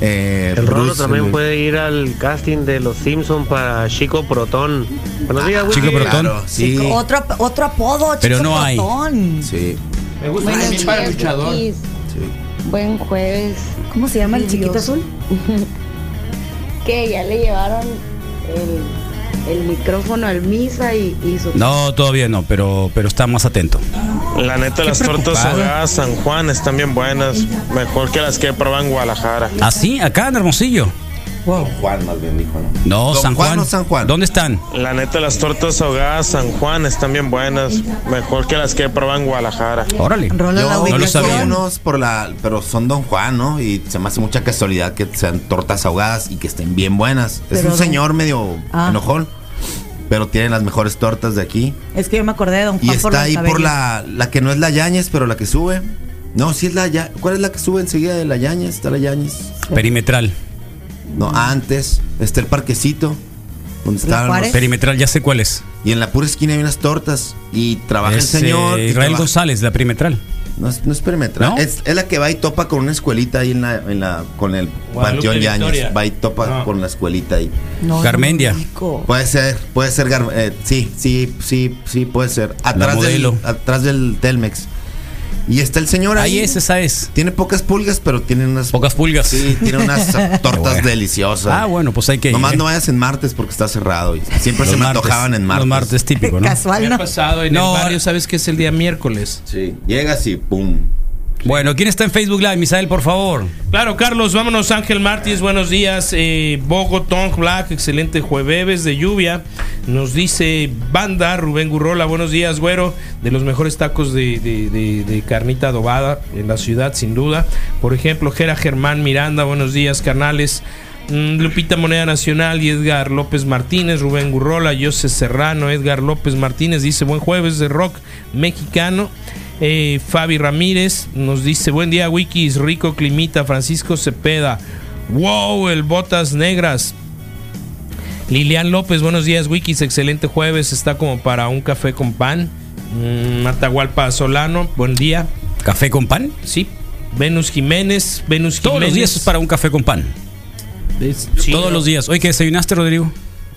Speaker 7: eh,
Speaker 9: El Rolo
Speaker 7: Bruce,
Speaker 9: también
Speaker 7: el-
Speaker 9: puede ir al casting de los Simpsons para Chico Protón. Buenos días, Wiki.
Speaker 4: Chico Protón.
Speaker 7: Claro, sí.
Speaker 5: Sí, Otro, otro apodo,
Speaker 4: Pero
Speaker 5: chico
Speaker 4: no hay.
Speaker 5: Protón.
Speaker 7: Sí,
Speaker 6: Me gusta
Speaker 5: Buenos
Speaker 6: también para luchador.
Speaker 7: sí.
Speaker 10: Buen jueves.
Speaker 5: ¿Cómo se llama el chiquito azul?
Speaker 10: Que ya le llevaron el, el micrófono al misa y, y su
Speaker 4: No, todavía no, pero, pero está más atento.
Speaker 9: La neta, las tortas ahogadas San Juan están bien buenas. Mejor que las que he probado en Guadalajara.
Speaker 4: ¿Así? acá en Hermosillo.
Speaker 7: Juan más bien dijo, ¿no?
Speaker 4: No,
Speaker 7: Don
Speaker 4: San Juan.
Speaker 7: Juan o San Juan.
Speaker 4: ¿Dónde están?
Speaker 9: La neta, las tortas ahogadas San Juan están bien buenas. Mejor que las que he probado en Guadalajara.
Speaker 4: Órale.
Speaker 5: Rola
Speaker 4: Eh,
Speaker 5: la
Speaker 7: Yo
Speaker 4: no lo
Speaker 7: ubico
Speaker 4: sabía.
Speaker 5: ubicación.
Speaker 7: unos por la, pero son Don Juan, ¿no? Y se me hace mucha casualidad que sean tortas ahogadas y que estén bien buenas. es
Speaker 5: Pero
Speaker 7: un
Speaker 5: don-
Speaker 7: señor medio
Speaker 5: Ah.
Speaker 7: enojón, pero tiene las mejores tortas de aquí.
Speaker 5: Es que yo me acordé de Don Juan
Speaker 7: Y está
Speaker 5: las
Speaker 7: ahí por
Speaker 5: cabellas.
Speaker 7: la, la que no es la Yañez, pero la que sube. No, sí es la Ya- ¿Cuál es la que sube enseguida de la Yañez? Está la Yañez.
Speaker 4: Perimetral.
Speaker 7: No, antes está el parquecito. Donde
Speaker 5: ¿La
Speaker 7: está
Speaker 5: Juárez?
Speaker 4: Perimetral, ya sé cuál es.
Speaker 7: Y en la pura esquina hay unas tortas. Y trabaja
Speaker 4: Es,
Speaker 7: el señor.
Speaker 4: eh,
Speaker 7: y
Speaker 4: Israel
Speaker 7: trabaja-
Speaker 4: González, la perimetral.
Speaker 7: No es, no es perimetral.
Speaker 4: ¿No?
Speaker 7: Es, es la que va y topa con una escuelita ahí en la, en la con el
Speaker 6: Guadalupe
Speaker 7: Panteón
Speaker 6: Victoria.
Speaker 7: Yañez. Va y topa
Speaker 6: Ah.
Speaker 7: con la escuelita ahí.
Speaker 5: No, no
Speaker 4: Garmendia.
Speaker 5: lo ubico.
Speaker 7: Puede ser, puede ser Gar- eh, sí, sí, sí, sí, puede ser. Atrás
Speaker 4: modelo.
Speaker 7: del, atrás del Telmex. Y está el señor ahí.
Speaker 4: Ahí es, esa es.
Speaker 7: Tiene pocas pulgas, pero tiene unas.
Speaker 4: Pocas pulgas.
Speaker 7: Sí, tiene unas tortas
Speaker 4: Bueno.
Speaker 7: deliciosas.
Speaker 4: Ah, bueno, pues hay que.
Speaker 7: Nomás
Speaker 4: eh,
Speaker 7: no vayas en martes porque está cerrado. Y siempre
Speaker 4: los
Speaker 7: se me
Speaker 4: martes.
Speaker 7: antojaban en martes.
Speaker 4: Los martes típico, ¿no?
Speaker 5: Casual,
Speaker 6: Me ha
Speaker 5: ¿no?
Speaker 6: pasado en
Speaker 4: No,
Speaker 6: el barrio,
Speaker 4: ah-
Speaker 6: ¿sabes qué es el día miércoles?
Speaker 7: Sí. Llegas y pum.
Speaker 4: Bueno, ¿quién está en Facebook Live, Misael, por favor?
Speaker 6: Claro, Carlos, vámonos. Ángel Martínez, buenos días. Eh, Bogotón Black, excelente jueves de lluvia. Nos dice Banda, Rubén Gurrola, buenos días, güero. De los mejores tacos de, de- de- de carnita adobada en la ciudad, sin duda. Por ejemplo, Jera Germán Miranda, buenos días, carnales. Mm, Lupita Moneda Nacional y Edgar López Martínez, Rubén Gurrola, José Serrano, Edgar López Martínez dice buen jueves de rock mexicano. Eh, Fabi Ramírez nos dice buen día Wikis, Rico Climita, Francisco Cepeda, wow, el Botas Negras. Lilian López, buenos días Wikis, excelente jueves, está como para un café con pan. Mm, Atahualpa Solano, buen día.
Speaker 4: ¿Café con pan?
Speaker 6: Sí. Venus Jiménez, Venus Jiménez.
Speaker 4: Todos los días es para un café con pan.
Speaker 6: Es-
Speaker 4: Todos
Speaker 6: Sí.
Speaker 4: los días. Oye, ¿qué desayunaste, Rodrigo?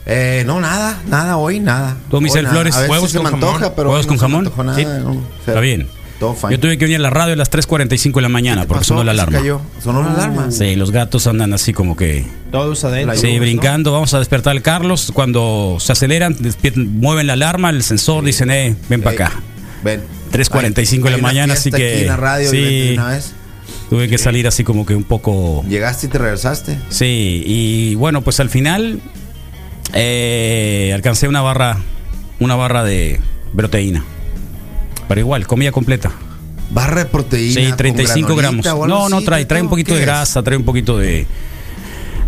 Speaker 7: Eh, no, nada, nada hoy, nada.
Speaker 4: Tú, Michel
Speaker 7: Hoy nada.
Speaker 4: Flores,
Speaker 7: A veces
Speaker 4: huevos
Speaker 7: se
Speaker 4: con
Speaker 7: me
Speaker 4: jamón.
Speaker 7: antoja, pero
Speaker 4: ¿Huevos
Speaker 7: hoy
Speaker 4: con
Speaker 7: no se me
Speaker 4: jamón?
Speaker 7: antojó nada,
Speaker 4: Sí.
Speaker 7: no. O sea,
Speaker 4: Está bien.
Speaker 7: Todo fine.
Speaker 4: Yo tuve que venir a la radio a las 3.45 de la mañana
Speaker 7: ¿Qué
Speaker 4: porque
Speaker 7: pasó?
Speaker 4: sonó la
Speaker 7: ¿Qué se
Speaker 4: alarma.
Speaker 7: cayó? Sonó la alarma.
Speaker 4: Sí, los gatos andan así como que...
Speaker 6: Todos adentro.
Speaker 4: Sí,
Speaker 7: ¿no?
Speaker 4: brincando. Vamos a despertar al Carlos. Cuando se aceleran, despiertan- mueven la alarma, el sensor, dicen, eh, ven para
Speaker 7: Ey,
Speaker 4: acá.
Speaker 7: Ven.
Speaker 4: 3:45 de la
Speaker 7: Hay una
Speaker 4: mañana, así
Speaker 7: fiesta
Speaker 4: que-
Speaker 7: aquí en la radio y
Speaker 4: sí.
Speaker 7: vete de una vez.
Speaker 4: Tuve que salir así como que un poco...
Speaker 7: Llegaste y te regresaste.
Speaker 4: Sí, y bueno, pues al final eh, alcancé una barra, una barra de proteína. Pero igual, comida completa.
Speaker 7: Barra de proteína.
Speaker 4: Sí,
Speaker 7: con
Speaker 4: 35 gramos.
Speaker 7: granolita o algo
Speaker 4: No, no,
Speaker 7: así,
Speaker 4: trae, trae un
Speaker 7: ¿no?
Speaker 4: poquito
Speaker 7: ¿Qué
Speaker 4: de
Speaker 7: es?
Speaker 4: grasa, trae un poquito de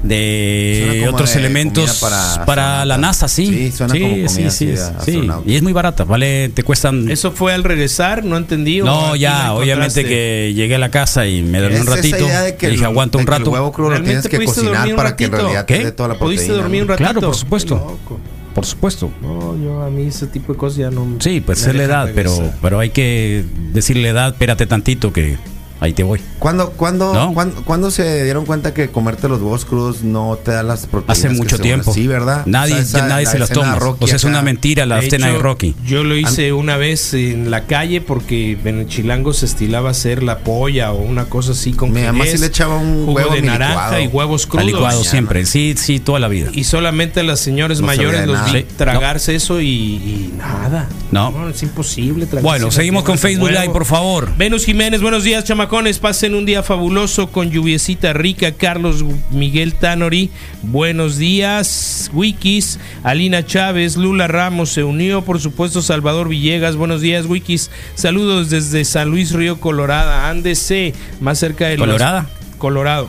Speaker 7: Suena
Speaker 4: de
Speaker 7: como
Speaker 4: otros
Speaker 7: de
Speaker 4: elementos
Speaker 7: comida
Speaker 4: para,
Speaker 7: para
Speaker 4: la
Speaker 7: astronauta.
Speaker 4: NASA, sí.
Speaker 7: Sí, suena como comida
Speaker 4: sí,
Speaker 7: así
Speaker 4: sí,
Speaker 7: de
Speaker 4: sí.
Speaker 7: astronauta.
Speaker 4: Y es muy barata, vale, te cuestan
Speaker 6: Eso fue al regresar, no entendí. ¿o
Speaker 4: No,
Speaker 6: aquí la
Speaker 4: ya, obviamente
Speaker 6: encontraste?
Speaker 4: que llegué a la casa y me dormí un
Speaker 7: Es esa
Speaker 4: ratito.
Speaker 7: idea de que
Speaker 4: y dije,
Speaker 7: el-
Speaker 4: aguanta
Speaker 7: de
Speaker 4: un
Speaker 7: que el
Speaker 4: rato.
Speaker 7: huevo crudo lo
Speaker 6: Realmente
Speaker 7: tienes que
Speaker 6: pudiste dormir
Speaker 7: cocinar
Speaker 6: un
Speaker 7: para que en
Speaker 6: ratito.
Speaker 7: realidad
Speaker 4: ¿Qué?
Speaker 7: te dé toda la proteína.
Speaker 6: Pudiste dormir un
Speaker 7: ¿no?
Speaker 6: ratito.
Speaker 4: Claro, por
Speaker 6: Qué
Speaker 4: supuesto.
Speaker 6: loco.
Speaker 4: Por supuesto.
Speaker 6: No, yo a mí ese tipo de cosas ya no.
Speaker 4: Sí, pues
Speaker 6: me
Speaker 4: es la
Speaker 6: dejan
Speaker 4: edad, pero,
Speaker 6: regresar.
Speaker 4: pero hay que decirle edad, espérate tantito que ahí te voy.
Speaker 7: ¿Cuándo, cuándo,
Speaker 4: No.
Speaker 7: cuándo- cuándo se dieron cuenta que comerte los huevos crudos no te da las proteínas?
Speaker 4: Hace
Speaker 7: que
Speaker 4: mucho
Speaker 7: se-
Speaker 4: tiempo.
Speaker 7: Sí, ¿verdad?
Speaker 4: Nadie,
Speaker 7: O sea, esa-
Speaker 4: nadie
Speaker 7: la
Speaker 4: se las
Speaker 7: escena
Speaker 4: toma.
Speaker 7: Rocky
Speaker 4: O sea, es
Speaker 7: acá.
Speaker 4: una mentira la
Speaker 6: De
Speaker 4: escena de
Speaker 6: hecho,
Speaker 4: Rocky.
Speaker 6: Yo lo hice una vez en la calle porque en el chilango se estilaba hacer la polla o una cosa así con
Speaker 7: Mi mamá sí
Speaker 6: jerez,
Speaker 7: le echaba un
Speaker 6: jugo
Speaker 7: huevo
Speaker 6: de
Speaker 7: mi
Speaker 6: naranja
Speaker 7: licuado.
Speaker 6: y huevos
Speaker 4: Al
Speaker 6: crudos.
Speaker 4: licuado siempre, sí, sí, toda la vida.
Speaker 6: Y solamente a las señores
Speaker 7: No sabía
Speaker 6: mayores
Speaker 7: de
Speaker 6: los
Speaker 7: nada.
Speaker 6: vi
Speaker 4: Sí,
Speaker 6: tragarse eso y, y nada.
Speaker 4: No.
Speaker 6: es imposible tragarse
Speaker 4: Bueno,
Speaker 6: las
Speaker 4: seguimos con
Speaker 6: piernas de
Speaker 4: Facebook
Speaker 6: huevo.
Speaker 4: Live, por favor.
Speaker 6: Venus Jiménez, buenos días, chamacones. Pasen un día fabuloso con lluviecita rica. Carlos Miguel Tanori, buenos días. Wikis, Alina Chávez, Lula Ramos se unió. Por supuesto, Salvador Villegas, buenos días, Wikis. Saludos desde San Luis Río, Colorado. Ándese más cerca de los-
Speaker 4: ¿Colorada?
Speaker 6: Colorado.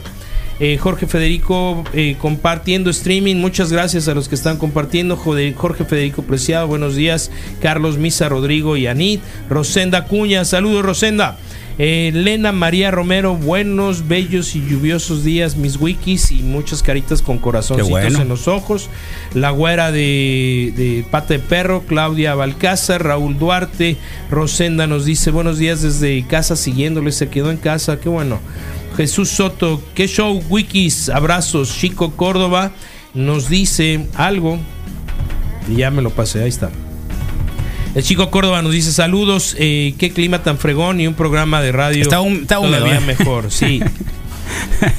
Speaker 6: Eh, Jorge Federico eh, compartiendo streaming. Muchas gracias a los que están compartiendo. Jode- Jorge Federico Preciado, buenos días. Carlos Misa, Rodrigo y Anit. Rosenda Cuña, saludos Rosenda. Eh, Elena María Romero, buenos, bellos y lluviosos días, mis wikis y muchas caritas con corazoncitos
Speaker 4: Qué bueno.
Speaker 6: en los ojos. La güera de, de Pata de Perro, Claudia Balcázar, Raúl Duarte, Rosenda nos dice buenos días desde casa siguiéndole, se quedó en casa, qué bueno. Jesús Soto, qué show, wikis, abrazos. Chico Córdoba nos dice algo. Y ya me lo pasé, ahí está. El chico Córdoba nos dice saludos, eh, qué clima tan fregón y un programa de radio
Speaker 4: Está hum- está húmedo,
Speaker 6: todavía
Speaker 4: ¿eh?
Speaker 6: mejor, sí.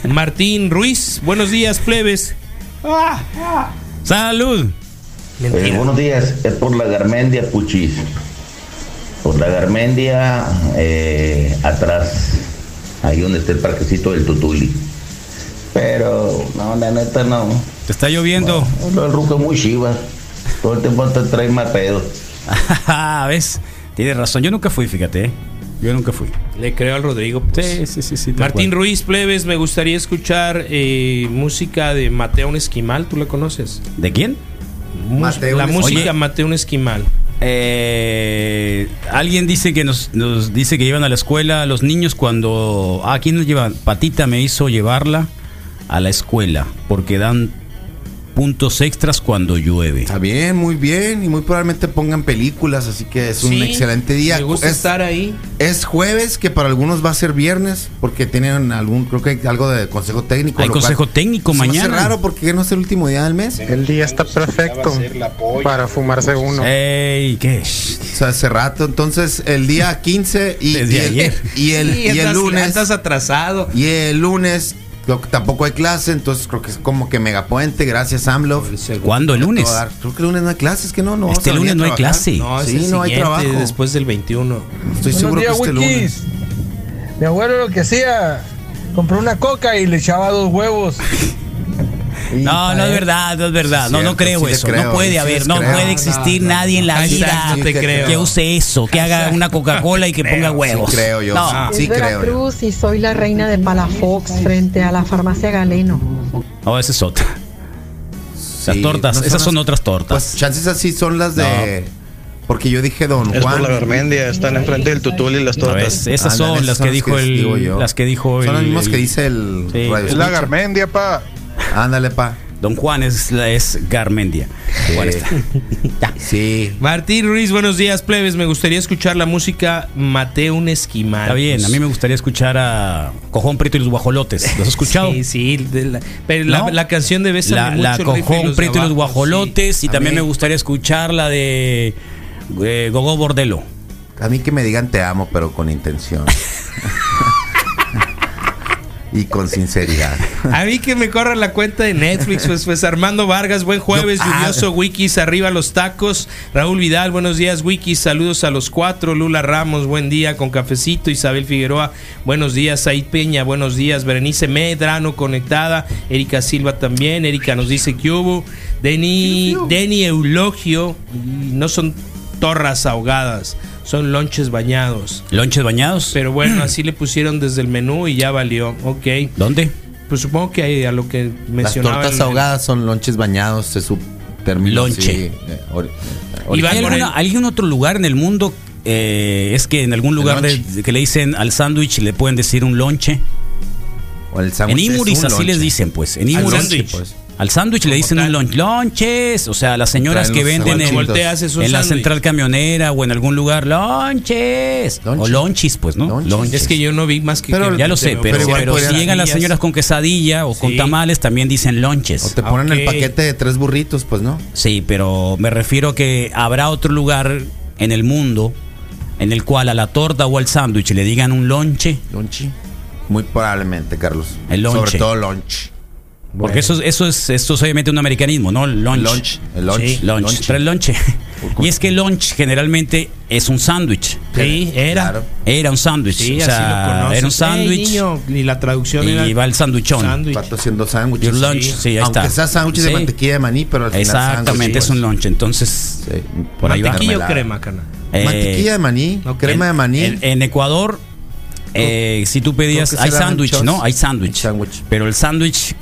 Speaker 6: Martín Ruiz, buenos días, plebes. Salud.
Speaker 11: Eh, buenos días, es por la Garmendia Puchis. Por la Garmendia, eh, atrás, ahí donde está el parquecito del Tutuli. Pero, no, la neta no.
Speaker 4: Te está lloviendo.
Speaker 11: No, el ruco es muy chiva. Todo el tiempo te trae más pedo.
Speaker 4: Ah, ¿ves? Tienes razón. Yo nunca fui, fíjate. ¿eh? Yo nunca fui.
Speaker 6: Le creo al Rodrigo. pues.
Speaker 4: Sí, sí, sí. sí, de
Speaker 6: Martín
Speaker 4: acuerdo.
Speaker 6: Ruiz, plebes, me gustaría escuchar eh, música de Mateo Esquimal, ¿tú la conoces?
Speaker 4: ¿De quién?
Speaker 6: Mus- la música
Speaker 4: Oye,
Speaker 6: Mateo Esquimal.
Speaker 4: eh, alguien dice que nos, nos dice que llevan a la escuela a los niños cuando. Ah, ¿quién nos lleva? Patita me hizo llevarla a la escuela porque dan puntos extras cuando llueve.
Speaker 7: Está bien, muy bien. Y muy probablemente pongan películas, así que es un
Speaker 6: Sí,
Speaker 7: excelente día.
Speaker 6: me gusta
Speaker 7: es,
Speaker 6: estar ahí.
Speaker 7: Es jueves, que para algunos va a ser viernes, porque tienen algún, creo que hay algo de consejo técnico.
Speaker 4: Hay
Speaker 7: lo cual
Speaker 4: consejo técnico
Speaker 7: se me hace
Speaker 4: mañana.
Speaker 7: raro porque no es el último día del mes.
Speaker 9: El día está perfecto para fumarse uno.
Speaker 4: ¡Ey! ¿Qué?
Speaker 7: O sea, hace rato. Entonces, el día 15 y,
Speaker 4: Desde
Speaker 7: y el,
Speaker 4: ayer.
Speaker 7: y el,
Speaker 6: Sí,
Speaker 7: y el
Speaker 6: estás-
Speaker 7: lunes.
Speaker 6: estás atrasado.
Speaker 7: Y el lunes creo que tampoco hay clase, entonces creo que es como que megapuente. Gracias, AMLO.
Speaker 4: ¿Cuándo? ¿El lunes?
Speaker 7: Creo que el lunes no hay clases, que no, no. vamos
Speaker 4: Este
Speaker 7: a venir
Speaker 4: lunes
Speaker 7: a
Speaker 4: no hay
Speaker 7: trabajar.
Speaker 4: clase.
Speaker 6: No, es
Speaker 7: sí,
Speaker 6: el
Speaker 7: no hay
Speaker 6: siguiente,
Speaker 7: trabajo.
Speaker 6: Después del 21.
Speaker 7: Estoy
Speaker 8: Buenos
Speaker 7: seguro que
Speaker 8: días,
Speaker 7: este lunes.
Speaker 8: Wikis. Mi abuelo lo que hacía, compró una coca y le echaba dos huevos.
Speaker 4: No, no es verdad, no es verdad.
Speaker 7: ¿eh? Sí,
Speaker 4: no,
Speaker 7: cierto,
Speaker 4: no creo
Speaker 7: sí le
Speaker 4: eso.
Speaker 7: creo,
Speaker 4: no puede
Speaker 7: sí les
Speaker 4: haber, no
Speaker 7: creo.
Speaker 4: puede
Speaker 7: No,
Speaker 4: existir
Speaker 7: no, no.
Speaker 4: nadie en la
Speaker 6: Hashtag
Speaker 4: vida
Speaker 6: no te creo.
Speaker 4: que use eso, que haga una Coca-Cola y que ponga huevos.
Speaker 7: Sí creo yo. Ah.
Speaker 4: No.
Speaker 7: Sí, sí creo yo.
Speaker 10: Veracruz y soy la reina de Palafox frente a la farmacia Galeno.
Speaker 4: No, esa es otra. Las
Speaker 7: Sí,
Speaker 4: tortas,
Speaker 7: no
Speaker 4: esas son
Speaker 7: las-
Speaker 4: otras tortas.
Speaker 7: Pues chances así son las de. Porque yo dije Don
Speaker 9: Es por
Speaker 7: Juan.
Speaker 9: la Garmendia, están enfrente del Tutul y las
Speaker 4: A ver,
Speaker 9: tortas.
Speaker 4: esas
Speaker 7: Ándale,
Speaker 4: son las que
Speaker 7: las
Speaker 4: dijo
Speaker 7: digo
Speaker 4: el.
Speaker 7: yo.
Speaker 4: Las que dijo
Speaker 7: Son las
Speaker 4: el-
Speaker 7: mismas que
Speaker 4: el-
Speaker 7: dice el.
Speaker 4: Sí.
Speaker 7: radio
Speaker 4: Es
Speaker 9: La
Speaker 7: escucha.
Speaker 9: Garmendia, pa.
Speaker 7: Ándale, pa.
Speaker 4: Don Juan es, la- es Garmendia. Juan está. Ya.
Speaker 7: Sí.
Speaker 6: Martín Ruiz, buenos días, plebes. Me gustaría escuchar la música Mateo Esquimal.
Speaker 4: Está bien, a mí me gustaría escuchar a Cojón Prieto y los Guajolotes. ¿Los has escuchado?
Speaker 6: Sí, sí, de la, pero la-
Speaker 4: ¿No?
Speaker 6: la, canción de Bésame
Speaker 4: la,
Speaker 6: mucho,
Speaker 4: la
Speaker 6: el rifle
Speaker 4: Cojón Prieto y los
Speaker 6: navajos,
Speaker 4: Guajolotes.
Speaker 6: sí.
Speaker 4: Y también
Speaker 7: Amén.
Speaker 4: me gustaría escuchar la de eh, Gogó Bordelo.
Speaker 7: A mí que me digan te amo, pero con intención. y con sinceridad.
Speaker 6: A mí que me corran la cuenta de Netflix, pues, pues Armando Vargas, buen jueves,
Speaker 7: Yo- ah.
Speaker 6: lluvioso, Wikis, arriba los tacos. Raúl Vidal, buenos días, Wikis, saludos a los cuatro. Lula Ramos, buen día, con cafecito. Isabel Figueroa, buenos días. Said Peña, buenos días. Berenice Medrano, conectada. Erika Silva también. Erika nos dice que hubo. Denny, Denny Eulogio, y no son torras ahogadas, son lonches bañados.
Speaker 4: ¿Lonches bañados?
Speaker 6: Pero bueno, así le pusieron desde el menú y ya valió. Ok.
Speaker 4: ¿Dónde?
Speaker 6: Pues supongo que hay a lo que
Speaker 7: Las
Speaker 6: mencionaba.
Speaker 7: tortas
Speaker 6: el-
Speaker 7: ahogadas son lonches bañados, se subtermina.
Speaker 4: Lonche.
Speaker 7: eh,
Speaker 4: ¿Y
Speaker 6: Original.
Speaker 4: hay alguna- algún otro lugar en el mundo? eh, es que en algún lugar de-
Speaker 7: lonche.
Speaker 4: que le dicen al sándwich le pueden decir un lonche. En Imuris así les dicen, pues. En
Speaker 7: Al
Speaker 4: Imuris.
Speaker 7: sándwich, pues.
Speaker 4: Al sándwich le dicen un lonche. Lonches. O sea, las señoras
Speaker 7: Traen
Speaker 4: que
Speaker 7: los
Speaker 4: venden en,
Speaker 7: sándwichitos.
Speaker 6: Volteas, es un
Speaker 4: en la
Speaker 6: sándwich.
Speaker 4: central camionera o en algún lugar. Lonches.
Speaker 7: Lonche.
Speaker 4: O lonchis, pues, ¿no?
Speaker 7: Lonches.
Speaker 6: Es que yo no vi más que.
Speaker 7: Pero-
Speaker 6: que-
Speaker 4: Ya lo sé, pero,
Speaker 7: pero igual
Speaker 4: pero si
Speaker 7: podrían-
Speaker 4: llegan las señoras con quesadilla o con
Speaker 6: Sí.
Speaker 4: tamales, también dicen
Speaker 7: O
Speaker 4: lonches.
Speaker 7: te ponen
Speaker 6: Ok.
Speaker 7: el paquete de tres burritos, pues no.
Speaker 4: Sí, pero me refiero que habrá otro lugar en el mundo en el cual a la torta o al sándwich le digan un lonche.
Speaker 7: Lonche. Muy probablemente, Carlos.
Speaker 4: El lonche.
Speaker 7: Sobre todo lonche.
Speaker 4: Porque eso, eso, es, esto es obviamente un americanismo, ¿no? Lunch.
Speaker 7: Lunch, el lunch,
Speaker 4: Sí, lunch.
Speaker 7: lunch.
Speaker 4: Trae lonche. Y es que lunch generalmente es un sándwich.
Speaker 6: Sí, era.
Speaker 7: Claro.
Speaker 4: Era un sándwich.
Speaker 6: Sí,
Speaker 4: o
Speaker 6: así
Speaker 4: sea,
Speaker 6: lo conoces.
Speaker 4: era un
Speaker 6: Ey,
Speaker 4: sándwich.
Speaker 6: niño, y la traducción
Speaker 4: y
Speaker 6: era.
Speaker 4: va el sanduichón.
Speaker 6: sándwich.
Speaker 7: Pato haciendo sándwiches.
Speaker 4: Your lunch, sí, ahí
Speaker 7: Aunque
Speaker 4: está.
Speaker 7: sea sándwiches
Speaker 4: Sí.
Speaker 7: de mantequilla de maní, pero al final
Speaker 4: Exactamente,
Speaker 7: sándwich,
Speaker 4: es un
Speaker 7: pues.
Speaker 4: lunch. Entonces,
Speaker 7: Sí.
Speaker 4: por ahí va.
Speaker 6: Mantequilla o
Speaker 7: Mermelada.
Speaker 6: crema, carnal.
Speaker 4: Eh,
Speaker 7: mantequilla de maní,
Speaker 6: ok.
Speaker 7: crema de
Speaker 4: en-
Speaker 7: maní.
Speaker 4: En, en Ecuador eh, si tú pedías,
Speaker 7: Creo que
Speaker 4: hay
Speaker 7: será
Speaker 4: sándwich,
Speaker 7: nachos.
Speaker 4: ¿no? Hay sándwich. Pero el sándwich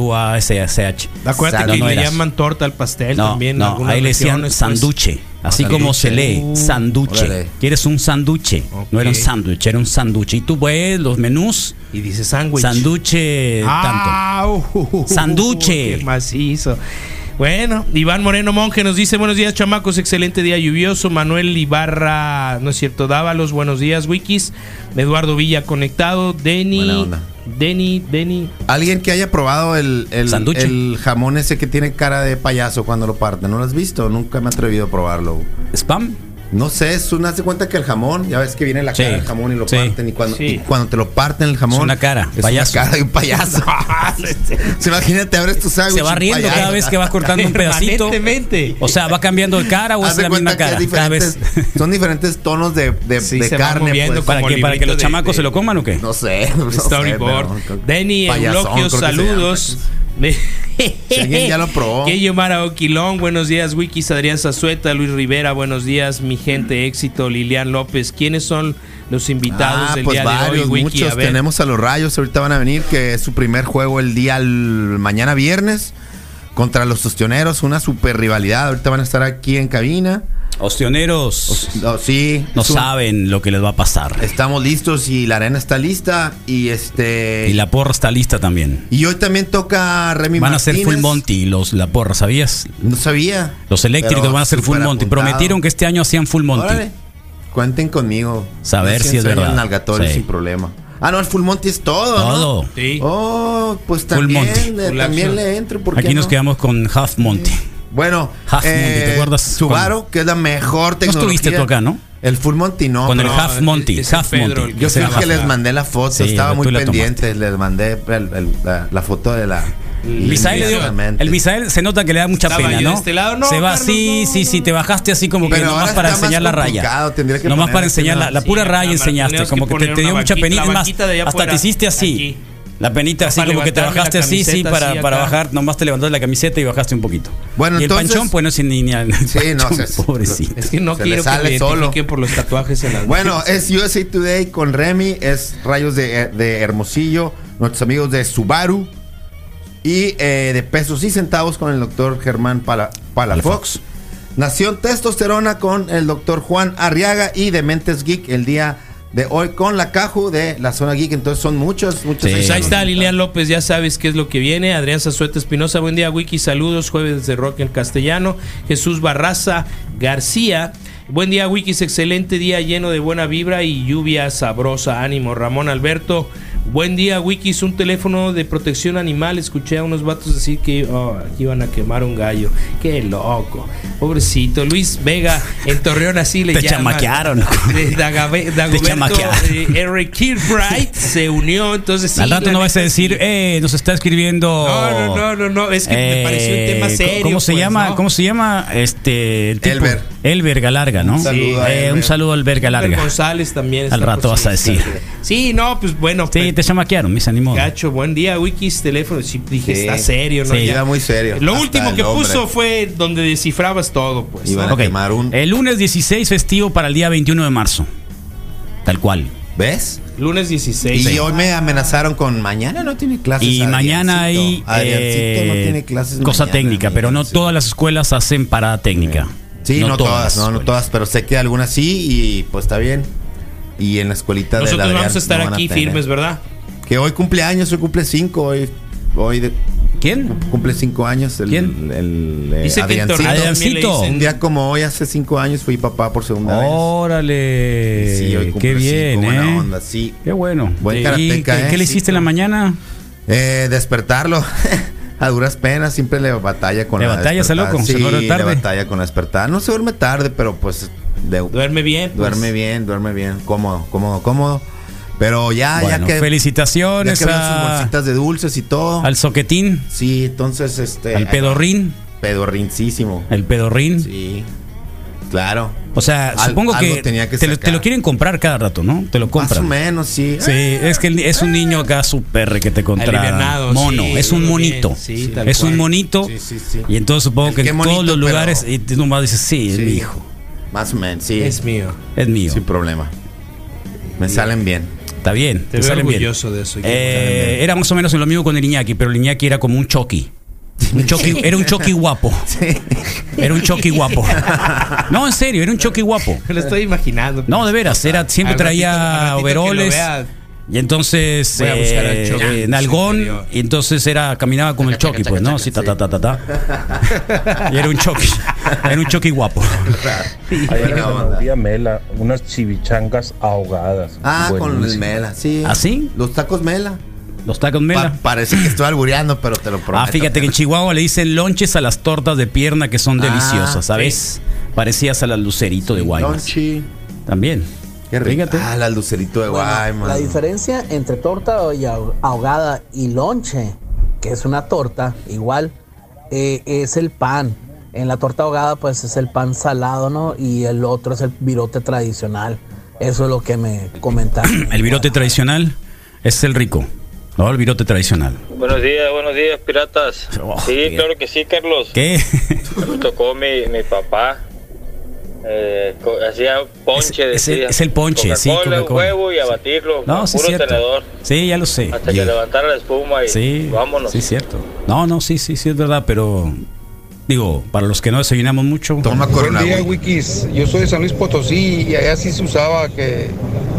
Speaker 4: S-W-A-S-S-H.
Speaker 6: Acuérdate
Speaker 4: No,
Speaker 6: que
Speaker 4: no
Speaker 6: le
Speaker 4: era.
Speaker 6: llaman torta al pastel
Speaker 4: No,
Speaker 6: también. en
Speaker 4: no,
Speaker 6: algunas
Speaker 4: ahí le decían
Speaker 6: regiones, pues.
Speaker 4: sanduche. Así como se lee,
Speaker 6: Uh,
Speaker 4: sanduche.
Speaker 6: órale.
Speaker 4: Quieres un sanduche. No era un
Speaker 6: Ok.
Speaker 4: sándwich, era un sanduche. Y tú ves los menús.
Speaker 6: Y dice sándwich.
Speaker 4: Sanduche,
Speaker 6: Ah, uh,
Speaker 4: tanto. Eh, Sanduche.
Speaker 6: Qué macizo. Bueno, Iván Moreno Monje nos dice buenos días chamacos, excelente día lluvioso. Manuel Ibarra, no es cierto, Dávalos, buenos días, Wikis. Eduardo Villa conectado,
Speaker 7: Buena
Speaker 6: Denny,
Speaker 7: onda.
Speaker 6: Denny, Denny.
Speaker 7: Alguien que haya probado el, el,
Speaker 6: Sanduche.
Speaker 7: el jamón ese que tiene cara de payaso cuando lo parten, ¿no lo has visto? Nunca me he atrevido a probarlo.
Speaker 4: ¿Spam?
Speaker 7: No sé, es una, hace cuenta que el jamón, ya ves que viene la
Speaker 4: Sí.
Speaker 7: cara del jamón y lo
Speaker 4: Sí.
Speaker 7: parten y cuando,
Speaker 4: Sí.
Speaker 7: y cuando te lo parten el jamón.
Speaker 4: Es una cara,
Speaker 7: es
Speaker 4: payaso.
Speaker 7: una cara de un payaso. Se imagínate, abres tu sándwich.
Speaker 4: Se va
Speaker 7: un
Speaker 4: riendo
Speaker 7: payaso.
Speaker 4: cada vez que vas cortando un pedacito.
Speaker 6: Permanentemente.
Speaker 4: O sea, va cambiando de cara o
Speaker 7: Haz
Speaker 4: es
Speaker 7: de
Speaker 4: la misma
Speaker 7: cuenta que
Speaker 4: cara.
Speaker 7: es
Speaker 4: Cada vez.
Speaker 7: diferentes- Son diferentes tonos de, de,
Speaker 6: Sí,
Speaker 7: de
Speaker 6: se va
Speaker 7: carne.
Speaker 6: moviendo
Speaker 7: pues.
Speaker 4: ¿Para que, ¿Para que los chamacos se lo coman o qué?
Speaker 7: No sé. no sé,
Speaker 6: Storyboard.
Speaker 7: pero-
Speaker 6: Denny
Speaker 7: Payasón,
Speaker 6: Eulogios,
Speaker 7: creo que se pues. Ah,
Speaker 6: saludos.
Speaker 7: Si alguien ya lo probó.
Speaker 6: Keyo Mara Oquilón, buenos días. Wikis, Adrián Zazueta, Luis Rivera, buenos días. Mi gente, éxito, Lilian López. ¿Quiénes son los invitados
Speaker 7: Ah,
Speaker 6: del
Speaker 7: pues
Speaker 6: día
Speaker 7: varios,
Speaker 6: de hoy, Wiki?
Speaker 7: muchos.
Speaker 6: A ver.
Speaker 7: Tenemos a los Rayos, ahorita van a venir, que es su primer juego el día el- mañana viernes contra los Ostioneros, una super rivalidad. Ahorita van a estar aquí en cabina.
Speaker 4: Ostioneros
Speaker 7: No, sí,
Speaker 4: no
Speaker 7: es un-
Speaker 4: saben lo que les va a pasar.
Speaker 7: Estamos listos y la arena está lista y este
Speaker 4: Y la porra está lista también.
Speaker 7: y hoy también toca Remy
Speaker 4: Van a ser
Speaker 7: Martínez.
Speaker 4: full monty los la porra, ¿sabías?
Speaker 7: No sabía.
Speaker 4: Los eléctricos
Speaker 7: Pero
Speaker 4: van a ser full
Speaker 7: súper
Speaker 4: monty.
Speaker 7: apuntado.
Speaker 4: Prometieron que este año hacían full monty.
Speaker 7: Órale, Cuenten conmigo.
Speaker 4: Saber
Speaker 7: Yo sí
Speaker 4: si es
Speaker 7: soy
Speaker 4: verdad.
Speaker 7: un nalgatorio
Speaker 4: Sí.
Speaker 7: sin problema. Ah, no, el full monty es todo, ¿no?
Speaker 4: Todo.
Speaker 6: Sí.
Speaker 7: Oh, pues
Speaker 4: Full
Speaker 7: también,
Speaker 4: Monty.
Speaker 7: eh,
Speaker 6: Full
Speaker 7: también
Speaker 6: action.
Speaker 7: le entro. ¿por qué
Speaker 4: Aquí nos
Speaker 7: no?
Speaker 4: quedamos con half monty.
Speaker 7: Bueno,
Speaker 4: Half Monty,
Speaker 7: eh,
Speaker 4: ¿te acuerdas
Speaker 7: Subaru, que es la mejor
Speaker 4: No
Speaker 7: tecnología.
Speaker 4: estuviste tú acá, ¿no?
Speaker 7: El Full Monty no.
Speaker 4: Con el
Speaker 7: pero-
Speaker 4: half monty,
Speaker 6: es el
Speaker 4: half
Speaker 6: Pedro el
Speaker 4: monty.
Speaker 6: que
Speaker 7: Yo
Speaker 4: se
Speaker 7: fui el
Speaker 4: llama.
Speaker 7: que les mandé la foto,
Speaker 4: Sí,
Speaker 7: estaba
Speaker 4: tú
Speaker 7: muy
Speaker 4: la
Speaker 7: pendiente, les mandé el- el- la, la foto de la...
Speaker 4: Misael le dio-
Speaker 7: inmediatamente.
Speaker 4: el Misael se nota que le da mucha
Speaker 6: Estaba
Speaker 4: pena,
Speaker 6: yo de
Speaker 4: ¿no?
Speaker 6: este lado, no,
Speaker 4: se va
Speaker 6: Carlos,
Speaker 4: así,
Speaker 6: no,
Speaker 4: sí, sí, te bajaste así como que
Speaker 7: Pero
Speaker 4: nomás
Speaker 7: ahora
Speaker 4: para
Speaker 7: está más
Speaker 4: enseñar la raya.
Speaker 7: complicado, tendría que
Speaker 4: nomás
Speaker 7: poner
Speaker 4: para
Speaker 7: así
Speaker 4: enseñar la,
Speaker 7: una-
Speaker 4: la pura
Speaker 6: Sí,
Speaker 4: raya
Speaker 6: la-
Speaker 4: enseñaste,
Speaker 6: tenías que
Speaker 4: como que, te,
Speaker 6: poner
Speaker 4: te dio
Speaker 6: una
Speaker 4: mucha
Speaker 6: banquita,
Speaker 4: penita,
Speaker 6: la
Speaker 4: es más,
Speaker 6: banquita de allá
Speaker 4: hasta
Speaker 6: afuera,
Speaker 4: te hiciste así.
Speaker 6: aquí.
Speaker 4: La penita así
Speaker 6: Para
Speaker 4: como que te
Speaker 6: levantarme la
Speaker 4: bajaste así, sí,
Speaker 6: camiseta,
Speaker 4: para,
Speaker 6: así
Speaker 4: para
Speaker 6: acá.
Speaker 4: bajar, nomás te levantaste la camiseta y bajaste un poquito.
Speaker 7: Bueno,
Speaker 4: y
Speaker 7: entonces-
Speaker 4: el panchón, pues no es ni, ni al-
Speaker 7: Sí, no,
Speaker 4: panchón,
Speaker 7: o sea,
Speaker 4: pobrecito.
Speaker 6: Es que no
Speaker 7: Se le
Speaker 6: quiero que
Speaker 7: sale
Speaker 6: me
Speaker 7: solo.
Speaker 6: identifiquen por los tatuajes en las
Speaker 7: Bueno, es USA Today con Remy, es Rayos de, de Hermosillo, nuestros amigos de Subaru y eh, de pesos y centavos con el doctor Germán Pala- Palafox. Nación Testosterona con el doctor Juan Arriaga y Dementes Geek el día de hoy con la Caju de la zona geek. Entonces son muchos, muchos.
Speaker 4: Sí.
Speaker 6: Pues ahí está Lilian López, ya sabes qué es lo que viene. Adrián Zazueta Espinosa, buen día, Wiki. Saludos, jueves de rock en castellano. Jesús Barraza García, buen día, Wikis. Excelente día lleno de buena vibra y lluvia sabrosa. Ánimo, Ramón Alberto. Buen día, Wikis. Un teléfono de protección animal. Escuché a unos vatos decir que oh, aquí iban a quemar un gallo. Qué loco. Pobrecito. Luis Vega en Torreón, así le
Speaker 4: Te
Speaker 6: llaman.
Speaker 4: chamaquearon, loco.
Speaker 6: Eh, Dagabe- Dagoberto
Speaker 4: chamaquearon.
Speaker 6: eh, R. Kilbride se unió. Entonces, sí,
Speaker 4: Al rato
Speaker 6: la
Speaker 4: no vas a
Speaker 6: neta, sí.
Speaker 4: decir, eh, nos está escribiendo.
Speaker 6: No, no, no, no, no, es que me pareció un tema
Speaker 4: ¿cómo-
Speaker 6: serio,
Speaker 4: ¿Cómo se
Speaker 6: pues,
Speaker 4: llama?
Speaker 6: ¿no?
Speaker 4: ¿Cómo se llama? Este. El tipo?
Speaker 7: Elber.
Speaker 4: Elber Galarga, ¿no?
Speaker 7: Un saludo a
Speaker 4: Eh,
Speaker 7: Elber.
Speaker 4: un saludo a Elber
Speaker 6: Peter
Speaker 4: Galarga.
Speaker 6: González también.
Speaker 4: Al
Speaker 6: está
Speaker 4: rato
Speaker 6: por
Speaker 4: vas a
Speaker 6: sí.
Speaker 4: decir.
Speaker 6: Sí, no, pues bueno.
Speaker 4: Sí, te
Speaker 6: pues,
Speaker 4: chamaquearon, mis animos.
Speaker 6: Cacho, buen día, Wikis, teléfono. Sí, dije,
Speaker 7: Sí.
Speaker 6: está serio, ¿no?
Speaker 4: Sí.
Speaker 6: Ya.
Speaker 7: Era muy serio.
Speaker 6: Lo
Speaker 7: Hasta
Speaker 6: último
Speaker 7: el
Speaker 6: que
Speaker 7: hombre.
Speaker 6: puso fue donde descifrabas todo, pues.
Speaker 7: Iban
Speaker 6: ¿no?
Speaker 7: a quemar un.
Speaker 4: El lunes 16 festivo para el día 21 de marzo. Tal cual.
Speaker 7: ¿Ves?
Speaker 6: Lunes
Speaker 7: Y
Speaker 6: 16.
Speaker 7: hoy me amenazaron con mañana no tiene clases.
Speaker 4: Y mañana hay
Speaker 7: Adriancito. Adriancito no
Speaker 4: eh,
Speaker 7: tiene clases
Speaker 4: cosa
Speaker 7: mañana,
Speaker 4: técnica, pero no
Speaker 7: Adriancito.
Speaker 4: todas las escuelas hacen parada técnica.
Speaker 7: Sí, no, todas, no, no
Speaker 4: escuelas.
Speaker 7: todas, pero sé que algunas sí y pues está bien. Y en la escuelita de
Speaker 6: Nosotros
Speaker 7: la
Speaker 6: vamos a estar aquí firmes, ¿verdad?
Speaker 7: Que hoy cumpleaños, hoy cumple cinco, hoy, hoy de-
Speaker 4: ¿Quién?
Speaker 7: cumple cinco años. El,
Speaker 4: ¿Quién?
Speaker 7: El, el, eh,
Speaker 6: Dice que en
Speaker 7: Adriancito.
Speaker 6: Torreón también le
Speaker 4: Adriancito.
Speaker 7: Un
Speaker 6: dicen-
Speaker 7: día como hoy, hace cinco años, fui papá por segunda vez.
Speaker 4: Órale.
Speaker 7: Sí, hoy
Speaker 4: Oh, eh, qué
Speaker 7: cumple
Speaker 4: bien,
Speaker 7: cinco, buena
Speaker 4: eh.
Speaker 7: onda, sí.
Speaker 4: Qué bueno.
Speaker 7: Buen
Speaker 4: ¿Y
Speaker 7: karateca,
Speaker 4: qué,
Speaker 7: eh,
Speaker 4: qué le
Speaker 7: sí,
Speaker 4: hiciste en la mañana?
Speaker 7: Eh, despertarlo. A duras penas, siempre le batalla con
Speaker 4: ¿Le
Speaker 7: la
Speaker 4: batallas al
Speaker 7: despertada.
Speaker 4: loco? ¿Se
Speaker 7: Sí,
Speaker 4: duerme
Speaker 7: le
Speaker 4: tarde?
Speaker 7: batalla con la despertada. No se duerme tarde, pero pues... de-
Speaker 6: Duerme bien. pues.
Speaker 7: Duerme bien, duerme bien, cómodo, cómodo, cómodo. Pero ya,
Speaker 4: Bueno,
Speaker 7: ya que. Ya
Speaker 4: felicitaciones
Speaker 7: que abrieron sus
Speaker 4: a-
Speaker 7: bolsitas de dulces y todo.
Speaker 4: al soquetín,
Speaker 7: sí, entonces este.
Speaker 4: al pedorrín,
Speaker 7: Pedorrincísimo.
Speaker 4: al pedorrín.
Speaker 7: Sí. Claro.
Speaker 4: O sea,
Speaker 7: Al-
Speaker 4: supongo
Speaker 7: algo
Speaker 4: que,
Speaker 7: tenía que
Speaker 4: te, lo,
Speaker 7: sacar.
Speaker 4: te lo quieren comprar cada rato, ¿no? Te lo
Speaker 7: Más o
Speaker 4: compran.
Speaker 7: menos, sí.
Speaker 4: Sí, es que el- es un niño acá súper que te contra
Speaker 6: Alivianado,
Speaker 4: mono,
Speaker 6: sí,
Speaker 4: es un
Speaker 6: bien,
Speaker 4: monito,
Speaker 6: sí, tal
Speaker 4: es un
Speaker 6: cual.
Speaker 4: monito
Speaker 7: Sí, sí, sí.
Speaker 4: y entonces supongo
Speaker 7: El
Speaker 4: que
Speaker 7: qué
Speaker 4: en
Speaker 7: monito,
Speaker 4: todos los
Speaker 7: pero-
Speaker 4: lugares y tú nomás dices sí, es
Speaker 7: Sí.
Speaker 4: mi hijo,
Speaker 7: Más o menos, sí.
Speaker 6: Es mío.
Speaker 4: es mío.
Speaker 7: Sin problema. Me salen bien.
Speaker 4: Está bien.
Speaker 6: Te veo
Speaker 4: salen bien.
Speaker 6: orgulloso de eso.
Speaker 4: Eh, era más o menos lo mismo con el Iñaki, pero el Iñaki era como un choqui. Un choqui-
Speaker 6: Sí.
Speaker 4: Era un choqui guapo. Era un choqui guapo. No, en serio, era un choqui guapo.
Speaker 6: Lo estoy imaginando. pues.
Speaker 4: No, de veras, era, siempre
Speaker 6: Al ratito- al
Speaker 4: traía
Speaker 6: ratito que lo
Speaker 4: overoles.
Speaker 6: vea.
Speaker 4: Y entonces,
Speaker 6: Voy a buscar al
Speaker 4: eh,
Speaker 6: Chucky.
Speaker 4: eh, nalgón, y entonces era, caminaba como el Chucky, pues, ¿no? Así, ta, ta, ta, ta, ta. Y era un Chucky, era un Chucky guapo.
Speaker 12: mela, unas chivichangas ahogadas.
Speaker 7: Ah, con el mela, sí.
Speaker 4: ¿Así?
Speaker 7: Los tacos mela.
Speaker 4: Los tacos mela.
Speaker 7: parece que estoy albureando, pero te lo prometo.
Speaker 4: Ah, fíjate que en Chihuahua le dicen lonches a las tortas de pierna que son
Speaker 7: Ah,
Speaker 4: deliciosas, ¿sabes? Parecías a la lucerito de Guaymas.
Speaker 7: lonchi.
Speaker 4: También.
Speaker 7: Qué rico. Ah, la lucerito de Guaymas.
Speaker 13: La diferencia entre torta y ahog- ahogada y lonche, que es una torta igual, eh, es el pan. En la torta ahogada pues es el pan salado, ¿no? Y el otro es el virote tradicional. Eso es lo que me comentaron.
Speaker 4: El virote tradicional es el rico, ¿no? El virote tradicional.
Speaker 14: Buenos días, buenos días, piratas.
Speaker 4: Oh,
Speaker 14: sí, claro que sí, Carlos.
Speaker 4: ¿Qué?
Speaker 14: Me tocó mi, mi papá. Eh, co- hacía ponche
Speaker 4: es
Speaker 14: de
Speaker 4: el- es el ponche, sí,
Speaker 14: Coca-Cola,
Speaker 4: Coca-Cola.
Speaker 14: huevo y abatirlo
Speaker 4: No,
Speaker 14: con
Speaker 4: sí es
Speaker 14: puro
Speaker 4: cierto.
Speaker 14: tenedor
Speaker 4: Sí, ya lo sé.
Speaker 14: hasta
Speaker 4: Yeah.
Speaker 14: que levantara la espuma y
Speaker 4: Sí,
Speaker 14: vámonos.
Speaker 4: sí es cierto. No, no, sí, sí, sí es verdad, pero digo, para los que no desayunamos mucho. Toma
Speaker 15: Buen día, Wikis. Yo soy de San Luis Potosí y allá sí se usaba que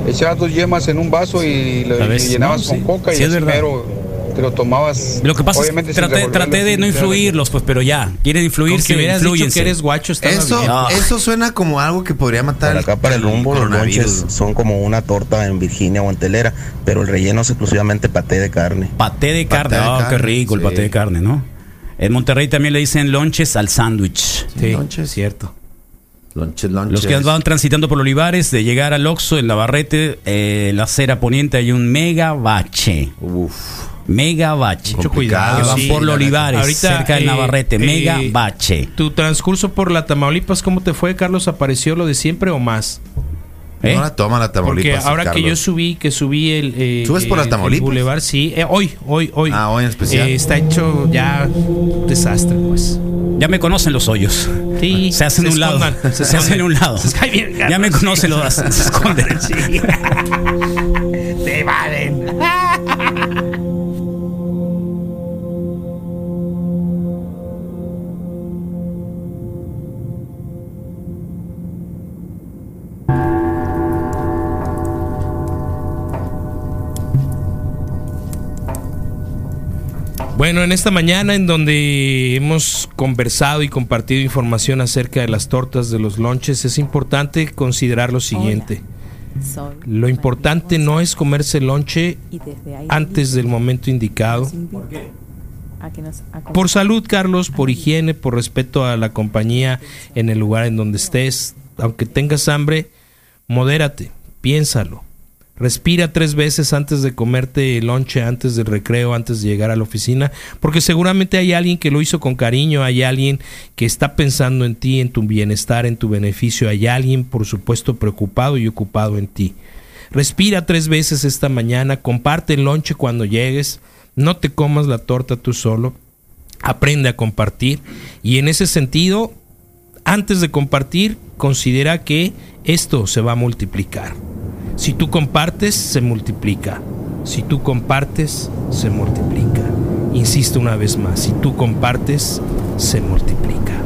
Speaker 15: echabas dos yemas en un vaso y lo
Speaker 4: ¿La ves?
Speaker 15: llenabas
Speaker 4: No,
Speaker 15: con
Speaker 4: sí.
Speaker 15: coca
Speaker 4: Sí,
Speaker 15: y
Speaker 4: es
Speaker 15: así
Speaker 4: verdad.
Speaker 15: mero te lo tomabas.
Speaker 4: Lo que pasa
Speaker 15: Obviamente,
Speaker 4: es
Speaker 15: sin
Speaker 4: que traté,
Speaker 15: revolverlo,
Speaker 4: traté de
Speaker 15: sin
Speaker 4: no
Speaker 15: revolverlo.
Speaker 4: influirlos, pues, pero ya. Quieren influirse, influyen.
Speaker 7: eso, eso suena como algo que podría matar
Speaker 16: Para
Speaker 7: el-
Speaker 16: acá, para el rumbo, los
Speaker 7: coronavirus.
Speaker 16: lonches son como una torta en Virginia o en Telera, pero el relleno es exclusivamente paté de carne.
Speaker 4: Paté de carne,
Speaker 16: de
Speaker 4: ah, qué
Speaker 16: carne,
Speaker 4: rico el
Speaker 16: sí.
Speaker 4: paté de carne, ¿no? En Monterrey también le dicen lonches al sándwich.
Speaker 7: Sí, lonches.
Speaker 4: cierto.
Speaker 7: Lonches,
Speaker 4: Los que
Speaker 7: lonches.
Speaker 4: van transitando por Olivares, de llegar al Oxxo, en Navarrete, eh, la acera poniente, hay un mega bache. Mega bache.
Speaker 6: Mucho cuidado.
Speaker 4: Que van
Speaker 6: sí,
Speaker 4: por los
Speaker 6: la neta.
Speaker 4: Olivares,
Speaker 6: Ahorita,
Speaker 4: cerca de
Speaker 6: eh,
Speaker 4: Navarrete. mega
Speaker 6: eh,
Speaker 4: bache.
Speaker 6: Tu transcurso por la Tamaulipas, ¿cómo te fue, Carlos? ¿Apareció lo de siempre o más?
Speaker 4: ¿eh?
Speaker 7: No la toma la Tamaulipas,
Speaker 6: Porque ahora que
Speaker 7: Carlos.
Speaker 6: yo subí, que subí el. eh,
Speaker 7: ¿Subes por la
Speaker 6: el- el
Speaker 7: Tamaulipas?
Speaker 6: Boulevard, sí. Eh, hoy, hoy, hoy.
Speaker 7: Ah, hoy en especial.
Speaker 6: Eh, está hecho ya un desastre, pues.
Speaker 4: Ya me conocen los hoyos.
Speaker 6: Sí,
Speaker 4: Se hacen
Speaker 6: se
Speaker 4: un lado.
Speaker 6: escondan, se
Speaker 4: Se, hacen
Speaker 6: esconden.
Speaker 4: un lado. ya me conocen los se esconden.
Speaker 6: Te valen. Bueno, en esta mañana en donde hemos conversado y compartido información acerca de las tortas, de los lonches, es importante considerar lo siguiente. Lo importante no es comerse el lonche antes del momento indicado. Por salud, Carlos, por higiene, por respeto a la compañía en el lugar en donde estés. Aunque tengas hambre, modérate, piénsalo. Respira tres veces antes de comerte el lonche, antes del recreo, antes de llegar a la oficina, porque seguramente hay alguien que lo hizo con cariño, hay alguien que está pensando en ti, en tu bienestar, en tu beneficio, hay alguien, por supuesto, preocupado y ocupado en ti. Respira tres veces esta mañana, comparte el lonche cuando llegues, no te comas la torta tú solo, aprende a compartir y en ese sentido, antes de compartir, considera que esto se va a multiplicar. Si tú compartes, se multiplica. Si tú compartes, se multiplica. Insisto una vez más, si tú compartes, se multiplica.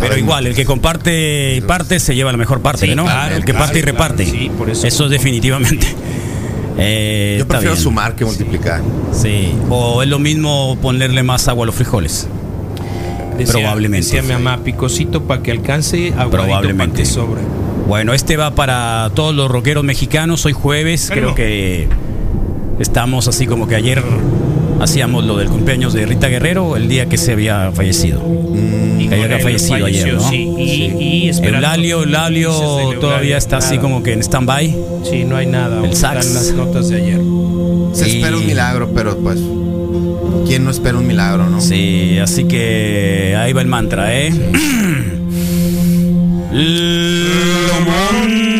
Speaker 4: Pero igual, el que comparte y parte se lleva la mejor parte,
Speaker 6: Sí,
Speaker 4: ¿no?
Speaker 6: claro,
Speaker 4: el que
Speaker 6: claro,
Speaker 4: parte y
Speaker 6: claro,
Speaker 4: reparte.
Speaker 6: sí, por eso.
Speaker 4: eso. definitivamente. Eh,
Speaker 7: Yo
Speaker 4: está
Speaker 7: prefiero
Speaker 4: bien.
Speaker 7: sumar que multiplicar.
Speaker 4: Sí. O es lo mismo ponerle más agua a los frijoles. Probablemente.
Speaker 6: Decía mi mamá, picocito para que alcance, aguadito para
Speaker 4: Probablemente.
Speaker 6: que sobre.
Speaker 4: Bueno, este va para todos los rockeros mexicanos. Hoy jueves, creo que estamos así como que ayer hacíamos lo del cumpleaños de Rita Guerrero, el día que se había fallecido. que había
Speaker 6: Morelos
Speaker 4: fallecido ayer,
Speaker 6: falleció,
Speaker 4: ¿no?
Speaker 6: sí, y- y esperando
Speaker 4: Eulalio, Eulalio
Speaker 6: noticias del Eulalio,
Speaker 4: todavía está así
Speaker 6: nada.
Speaker 4: como que en stand-by.
Speaker 6: Sí, no hay nada.
Speaker 4: El
Speaker 6: aún están
Speaker 4: sax.
Speaker 6: las notas de ayer.
Speaker 7: Se espera un milagro, pero pues. ¿Quién no espera un milagro, no?
Speaker 4: Sí, así que ahí va el mantra, ¿eh? Lo mon-